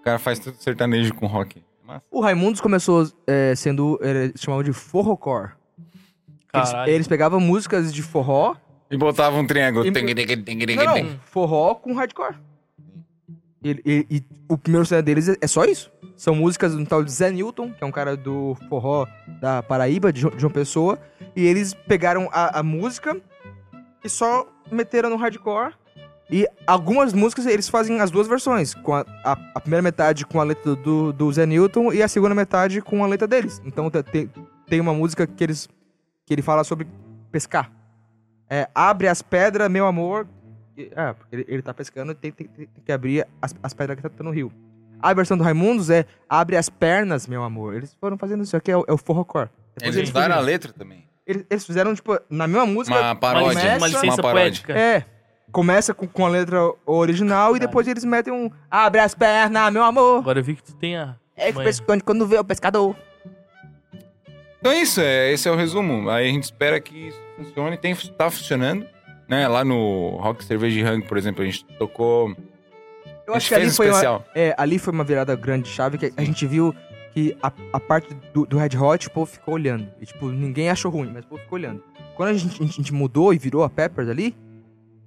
O cara faz tudo sertanejo com rock. Mas
O Raimundos começou é, sendo é, chamado de forrocore. Eles,
Caralho.
eles pegavam músicas de forró...
E botava um triângulo.
E-
Tem, tem, tem, tem, tem,
Não, não,
tem.
forró com hardcore. E, e- e o primeiro CD deles é, é só isso. São músicas do tal de Zé Newton, que é um cara do forró da Paraíba, de, Jo- de João Pessoa. E eles pegaram a, a música e só meteram no hardcore. E algumas músicas eles fazem as duas versões. Com a, a- a primeira metade com a letra do, do Zé Newton e a segunda metade com a letra deles. Então te- te- tem uma música que eles que ele fala sobre pescar. É, abre as pedras, meu amor. E- É, porque ele, ele tá pescando e tem, tem- tem- tem que abrir as, as pedras que tá, tá no rio. A versão do Raimundos é abre as pernas, meu amor. Eles foram fazendo isso aqui, é o, é o forrocor. Depois
Eles mudaram a letra também.
eles, eles fizeram, tipo, na mesma música.
Uma
Uma
paródia.
licença,
Começa-
é uma licença
paródia.
poética.
É. Começa com, com a letra original e depois eles metem um abre as pernas, meu amor.
Agora eu vi que tu tem a.
É que
Mãe.
pescante quando vê o pescador.
Então é isso, é, esse é o resumo. Aí a gente espera que isso funcione, tem, tá funcionando. Né? Lá no Rock Cerveja e Hang, por exemplo, a gente tocou.
Eu
a
acho
gente
que ali
fez um
foi uma,
especial.
É, ali foi uma virada grande de chave que a gente viu que a, a parte do, do Red Hot, o povo ficou olhando. E, tipo, ninguém achou ruim, mas o povo ficou olhando. Quando a gente, a gente- a gente mudou e virou a Peppers ali,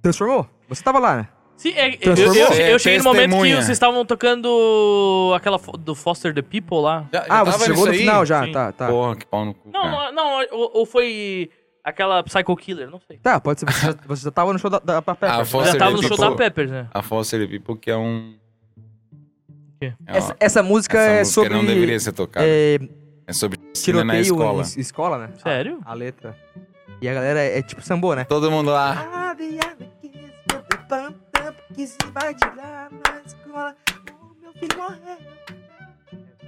transformou. Você tava lá, né?
Sim, é- eu,
Transformou.
eu- eu
Você é
cheguei no momento que
testemunha.
vocês estavam tocando aquela fo- do Foster the People lá.
Já- já
Ah,
tava
você chegou
nisso
no
aí?
final já,
Sim.
tá, tá.
Porra, que pau no cu.
Não,
cara.
não, não, ou, ou foi aquela Psycho Killer, não sei.
Tá, pode ser. Você, já- você já tava no show da, da Papa
Ah,
Pepper.
foi- Foster
já tava no
the
show
People. Ah.
da Peppers, né?
A Foster People, que é um.
quê?
É uma-
essa, essa música é
música
sobre.
não deveria ser tocada. É,
é,
sobre tiroteio na
tiroteio
escola.
em es- escola, né?
Sério?
A, a letra. E a galera é, é tipo sambô, né?
Todo mundo lá.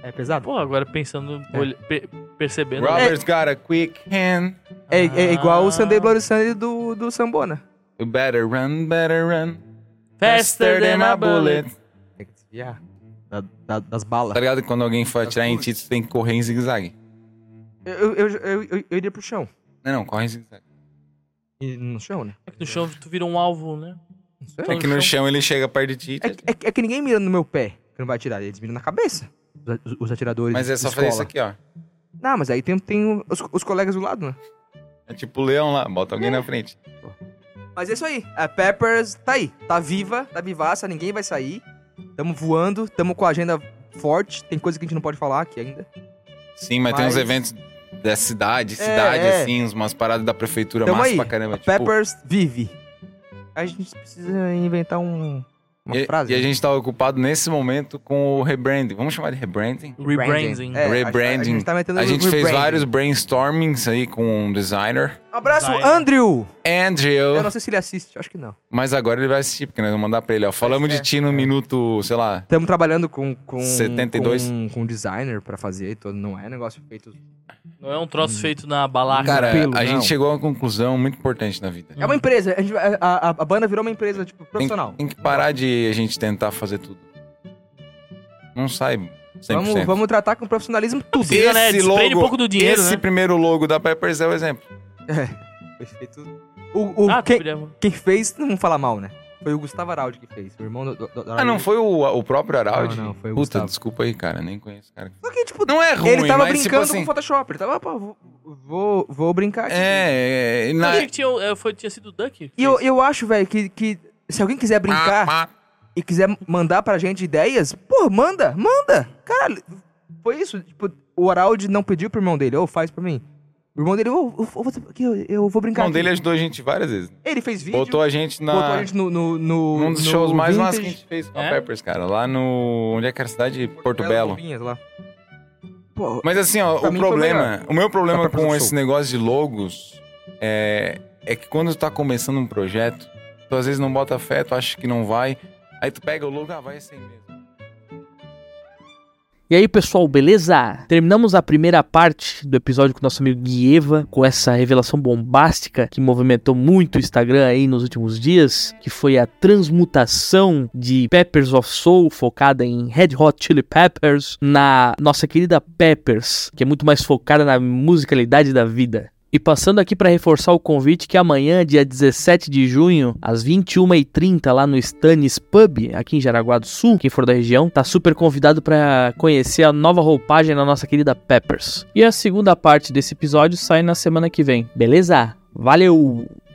É pesado.
Pô, agora pensando, olhe- pe- percebendo.
Robert's got a quick hand.
É, é igual o Sunday
Ah.
Bloody Sunday do, do sambô, né?
You better run, better run.
Faster than a bullet.
Tem que
É.
desviar da- da- das balas.
Tá ligado? Quando alguém for atirar em ti, tu tem que correr em zigue-zague.
Eu, eu, eu, eu, eu iria pro chão.
Não, não, corre em zigue-zague.
E no chão, né?
No chão tu vira um alvo, né?
Não sei.
É que no chão ele chega perto de ti.
É, que- é que- é que ninguém mira no meu pé, que não vai atirar. Eles miram na cabeça. Os, os atiradores.
Mas é
de
só
escola.
fazer isso aqui, ó.
Não, mas aí tem, tem os, os colegas do lado, né?
É tipo o leão lá, bota alguém na frente.
Mas é isso aí. A Peppers tá aí. Tá viva, tá vivaça, ninguém vai sair. Tamo voando, tamo com a agenda forte. Tem coisa que a gente não pode falar aqui ainda.
Sim, mas, tem uns
Mas-
eventos da cidade, cidade,
é.
assim, umas paradas da prefeitura
Tamo
massa
aí.
pra caramba.
a
tipo,
Peppers vive. A gente precisa inventar um, uma
e,
frase.
e a gente tá ocupado nesse momento com o rebranding. Vamos chamar de rebranding?
Rebranding.
É, a- A, a
Rebranding.
gente tá metendo
A gente fez
rebranding.
vários brainstormings aí com um designer.
Abraço,
Vai.
Andrew! Eu
Andrew.
não sei é. se ele assiste, eu acho que não.
Mas agora ele vai assistir, porque nós vamos mandar pra ele, ó. Falamos de ti no minuto, sei lá,
Estamos trabalhando com, com
72.
com, com designer pra fazer, e tudo. não é negócio feito.
Não é um troço feito na balaca.
Cara,
pelo,
a
não.
gente chegou a uma conclusão muito importante na vida.
É
Hum.
uma empresa, a, gente vai- a- a- a banda virou uma empresa tipo
Tem,
profissional.
tem que parar de a gente tentar fazer tudo. Não sai 100%.
Vamos, vamos tratar com profissionalismo tudo.
Sim. Precisa, né? Desprende um pouco do dinheiro,
esse
né?
primeiro logo da Peppers é o exemplo.
Foi feito- O, o-
Ah, tu
quem,
podia-
quem fez, não vamos falar mal, né? Foi o Gustavo Araldi que fez, o irmão do, do- do
Ah,
Araldi.
não foi o, o próprio Araldi?
Não, não, foi o
Puta,
Gustavo.
desculpa aí, cara, nem conheço o cara.
Só que, tipo,
Não é ruim,
ele tava
mas, tipo
brincando com
assim,
o Photoshop. Ele tava, pô, vou, vou, vou brincar aqui.
É, é,
Eu
na...
achei que tinha, é, foi, tinha sido o Duck.
E eu, eu acho, velho, que, que se alguém quiser brincar
Ah, ah.
e quiser mandar pra gente ideias, pô, manda, manda. Caralho, foi isso. Tipo, o Araldi não pediu pro irmão dele, ô, faz pra mim. O irmão dele, ô, eu, vou- aqui, eu, eu vou
O
brincar
irmão
aqui.
dele ajudou a gente várias vezes.
Ele fez vídeo,
Botou a gente na...
botou a gente no... no, no
Um dos
no
shows mais massas que a
vintage.
gente fez com
É?
a Peppers, cara. Lá no. Onde é que era a cidade? Porto, Belo.
Bombinhas lá. Pô,
Mas assim, ó,
Pra
o
mim foi
problema.
melhor.
O meu
Dá
problema
pra fazer
com
um
esse
show.
negócio de logos é, é que quando tu tá começando um projeto, tu às vezes não bota fé, tu acha que não vai. Aí tu pega o logo, ah, vai assim mesmo.
E aí, pessoal, beleza? Terminamos a primeira parte do episódio com o nosso amigo Guieva, com essa revelação bombástica que movimentou muito o Instagram aí nos últimos dias, que foi a transmutação de Peppers of Soul, focada em Red Hot Chili Peppers, na nossa querida Peppers, que é muito mais focada na musicalidade da vida. E passando aqui para reforçar o convite que amanhã, dia 17 de junho, às 21h30, lá no Stannis Pub, aqui em Jaraguá do Sul, quem for da região, tá super convidado para conhecer a nova roupagem da nossa querida Peppers. E a segunda parte desse episódio sai na semana que vem, beleza? Valeu!